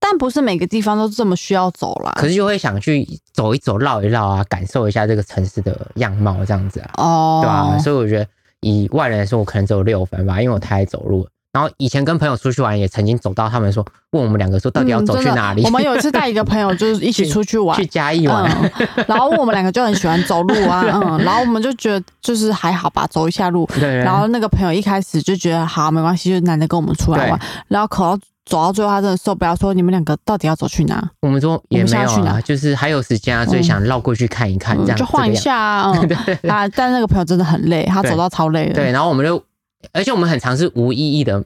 S2: 但不是每个地方都这么需要走啦。
S1: 可是就会想去走一走、绕一绕啊，感受一下这个城市的样貌，这样子啊，
S2: 哦，
S1: 对啊，所以我觉得以外人来说，我可能只有六分吧，因为我太爱走路了。然后以前跟朋友出去玩，也曾经走到他们说问我们两个说到底要
S2: 嗯
S1: 走去
S2: 真的
S1: 哪里，
S2: 我们有一次带一个朋友，就是一起出去玩
S1: 去，嘉义玩。
S2: 嗯，然后我们两个就很喜欢走路啊，嗯，然后我们就觉得就是还好吧，走一下路。
S1: 对对
S2: 然后那个朋友一开始就觉得好没关系，就难得跟我们出来玩，然后可到走到最后，他真的受不了，说你们两个到底要走去哪？
S1: 我们说
S2: 我
S1: 也
S2: 们
S1: 没
S2: 现在
S1: 有
S2: 去哪
S1: 啊，就是还有时间啊，所以想绕过去看一看，这
S2: 嗯
S1: 样
S2: 就晃一。下啊，
S1: 这个
S2: 嗯
S1: 样 对对
S2: 啊，但那个朋友真的很累，他
S1: 对
S2: 走到超累的。
S1: 对，然后我们就，而且我们很常是无意义的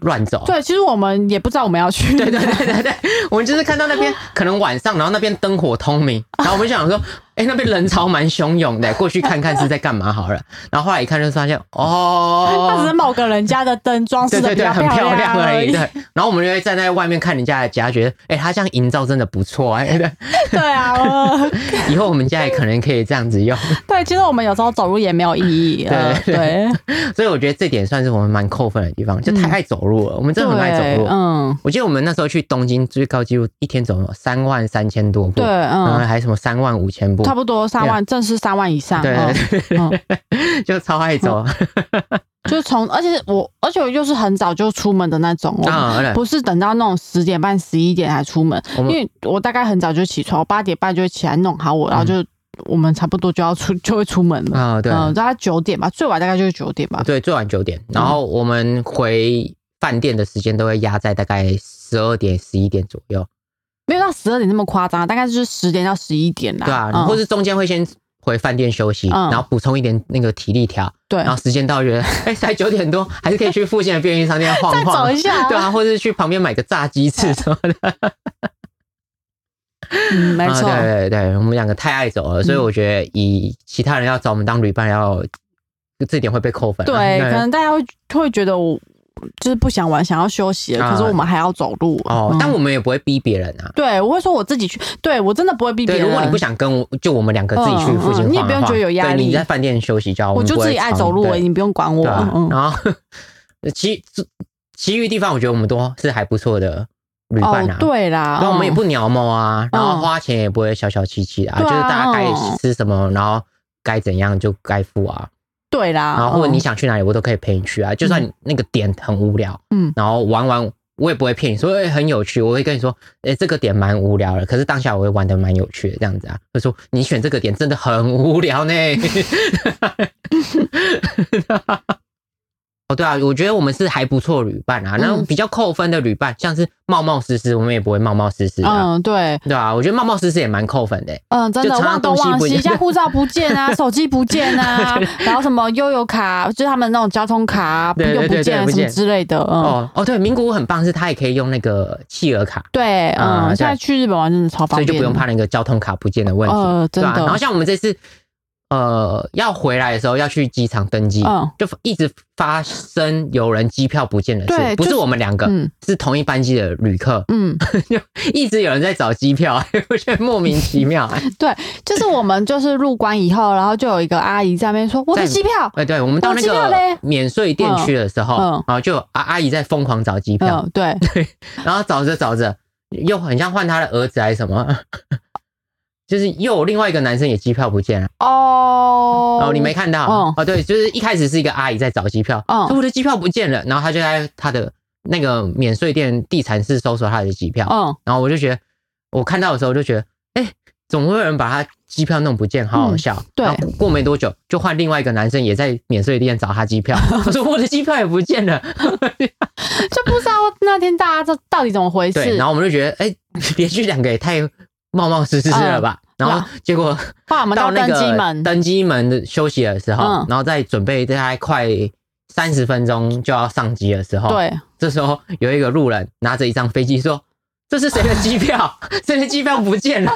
S1: 乱走。
S2: 对，其实我们也不知道我们要去，
S1: 对 对对对对，我们就是看到那边可能晚上，然后那边灯火通明，然后我们就想说，哎，那边人潮蛮汹涌的，过去看看是在干嘛好了。然后后来一看就发现，
S2: 他只是
S1: 哦。
S2: 某个人家的灯装饰
S1: 对
S2: 的
S1: 对对，
S2: 比较
S1: 哦 很漂亮
S2: 亮
S1: 而
S2: 而
S1: 已。对，然后我们就会站在外面看人家的家，觉得，哎、他这样营造真的不错、哎，对，
S2: 对啊，呃
S1: 以后我们家也可能可以这样子用。
S2: 对，其实我们有时候走路也没有意义，呃
S1: 对
S2: 对，
S1: 所以我觉得这点算是我们蛮扣分的地方，就太爱走路了。我们真的很爱走
S2: 嗯对
S1: 路。
S2: 嗯，
S1: 我记得我们那时候去东京最高纪录一天走三万三千多步，
S2: 对，
S1: 然后
S2: 嗯，
S1: 还什么三万五千步，
S2: 差不多三万，正是三万以上，
S1: 对
S2: 嗯
S1: 对对
S2: 嗯，
S1: 就超爱走
S2: 就是从，而且我，而且我又是很早就出门的那种哦，
S1: 啊！
S2: 不是等到那种十点半、十一点才出门，
S1: 我
S2: 因
S1: 们
S2: 为我大概很早就起床，我八点半就会起来弄好我，然后就我们差不多就要出 就会出门了，
S1: 嗯 啊，对
S2: 嗯，大概九点吧，最晚大概就是九点吧，
S1: 对，最晚九点，然后
S2: 嗯
S1: 我们回饭店的时间都会压在大概十二点、十一点左右，
S2: 没有到十二点那么夸张，大概就是十点到十一点啦，
S1: 对啊，
S2: 嗯
S1: 或是中间会先回饭店休息，
S2: 嗯
S1: 然后补充一点那个体力条，
S2: 对
S1: 然，后时间到觉得，哎，才九点多，还是可以去附近的便利商店晃
S2: 再
S1: 晃
S2: 走，一下，
S1: 对啊，或者是去旁边买个炸鸡翅什么的。
S2: 嗯，没错，嗯
S1: 啊对对对，我们两个太爱走了，所以我觉得以其他人要找我们当旅伴要，这点会被扣分啊。
S2: 对，可能大家会会觉得我就是不想玩，想要休息了，
S1: 啊
S2: 可是我们还要走路
S1: 哦，
S2: 嗯
S1: 但我们也不会逼别人啊。
S2: 对我会说我自己去，对我真的不会逼别
S1: 对，
S2: 人。啊
S1: 如果你不想跟我，就我们两个自己去附近晃一
S2: 嗯嗯
S1: 晃，
S2: 你也不用觉得有压力
S1: 对，你在饭店休息就好，
S2: 我
S1: 们
S2: 就
S1: 不会
S2: 自己爱
S1: 常
S2: 走路而
S1: 对
S2: 已，你不用管我。
S1: 对啊
S2: 嗯，
S1: 然后 其其余地方，我觉得我们都是还不错的旅伴
S2: 哦
S1: 啊。，
S2: 对啦，
S1: 然后我们也
S2: 嗯
S1: 不鸟猫啊，然后花钱也不会小小气气的啊，
S2: 对
S1: 就是
S2: 啊
S1: 大家该
S2: 嗯
S1: 吃什么，然后该怎样就该付啊。
S2: 对啦，
S1: 然啊后或者
S2: 嗯
S1: 你想去哪里，我都可以陪你去啊。就算你那个点很无聊，
S2: 嗯
S1: 然后玩玩，我也不会骗你说哎很有趣，我会跟你说，哎、这个点蛮无聊的，可是当下我会玩的蛮有趣的这样子啊。就说你选这个点真的很无聊呢。 哦，对啊，我觉得我们是还不错的旅伴啊。那
S2: 嗯
S1: 比较扣分的旅伴，像是冒冒失失，我们也不会冒冒失失的啊、
S2: 嗯，对，
S1: 对啊，我觉得冒冒失失也蛮扣分的欸、
S2: 嗯，真
S1: 就
S2: 的
S1: 常常
S2: 忘东
S1: 东西
S2: 忘
S1: 不
S2: 西，
S1: 见
S2: 像护照不 见啊，手机不见啊，然后什么悠游卡，就是他们那种交通卡啊
S1: 对
S2: 又
S1: 对
S2: 不
S1: 对对
S2: 见
S1: 不
S2: 什么
S1: 见
S2: 之类的，嗯，
S1: 哦哦，对，名古屋很棒，是它也可以用那个企鹅卡。
S2: 对，嗯，
S1: 啊
S2: 现在
S1: 对
S2: 去日本玩真的超方
S1: 所以
S2: 便，
S1: 就不用怕那个交通卡不见的问题，
S2: 呃
S1: 对吧、啊
S2: 真的
S1: 然后像我们这次，呃，要回来的时候要去机场登机，
S2: 嗯
S1: 就一直发生有人机票不见的
S2: 对
S1: 事，不
S2: 就是
S1: 是我们两个，
S2: 嗯
S1: 是同一班机的旅 客，
S2: 嗯，
S1: 一直有人在找机票， 我觉得莫名其 妙。哎
S2: 就是我们就是入关以后，然后就有一个阿姨在那边说我的
S1: 在
S2: 机票，
S1: 哎，对，我们到那
S2: 找哦机票嘞
S1: 个免税店去的时候，
S2: 嗯嗯
S1: 然后就有阿阿姨在疯狂找机票，
S2: 嗯，对，
S1: 然后找着找着又很像换她的儿子还是什么， 就是又有另外一个男生也机票不见了。
S2: 哦，
S1: 哦，你没看到？
S2: 嗯
S1: 哦，对，就是一开始是一个阿姨在找机票，
S2: 嗯
S1: 说我的机票不见了，然后她就在她的那个免税店地产室搜索她的机票，
S2: 嗯，
S1: 然后我就觉得，我看到的时候就觉得，哎、总会有人把她机票弄不见，好好笑。
S2: 对
S1: 然后过没多久就换另外一个男生也在免税店找他机票， 我说我的机票也不见了，
S2: 就不知道那天大家这到底怎么回
S1: 对，
S2: 事
S1: 然，后我们就觉得，哎、 连续两个也太冒冒失失了吧。然后结果
S2: 后嗯来我们
S1: 到
S2: 到
S1: 那
S2: 登
S1: 个
S2: 机门，
S1: 登机门的休息的时候，
S2: 嗯
S1: 然后再准备大概快三十分钟就要上机的时候，，
S2: 对，
S1: 这时候有一个路人拿着一张飞机说：“这是谁的机票？ 谁的机票不见 了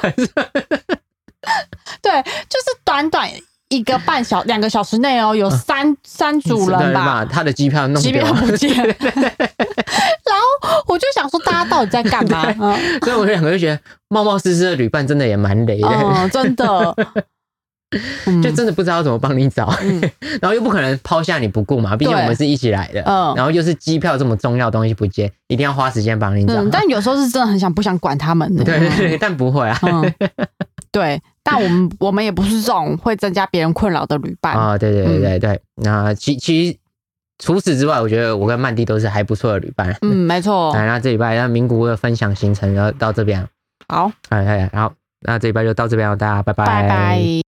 S2: 对，就是短短一个 半小两个小时内哦，有三三？”组人
S1: 嗯对
S2: 吧，
S1: 他的机票弄
S2: 即
S1: 丢
S2: 便
S1: 了，
S2: 不 见。然后我就想说，大家到底在 干嘛？嗯
S1: 所以我们两个就觉得冒冒失失的旅伴真的也蛮雷的，
S2: 嗯，真的，嗯
S1: 就真的不知道怎么帮你找，
S2: 嗯
S1: 然后又不可能抛下你不顾嘛，毕竟
S2: 对
S1: 我们是一起来的，
S2: 嗯
S1: 然后又是机票这么重要的东西不见，一定要花时间帮你找。
S2: 嗯，但有时候是真的很想不想管他们 的。
S1: 对对啊对，但不 会啊。
S2: 嗯，对，但我们我们也不是这种会增加别人困扰的旅伴。
S1: 啊、对
S2: 嗯
S1: 对对对对，那其其实除此之外，我觉得我跟曼蒂都是还不错的旅伴。
S2: 嗯，没错。
S1: 哎，那这礼拜那名古屋的分享行程就到这边，哎
S2: 好，
S1: 哎哎，好，那这礼拜就到这边了，大家拜
S2: 拜拜。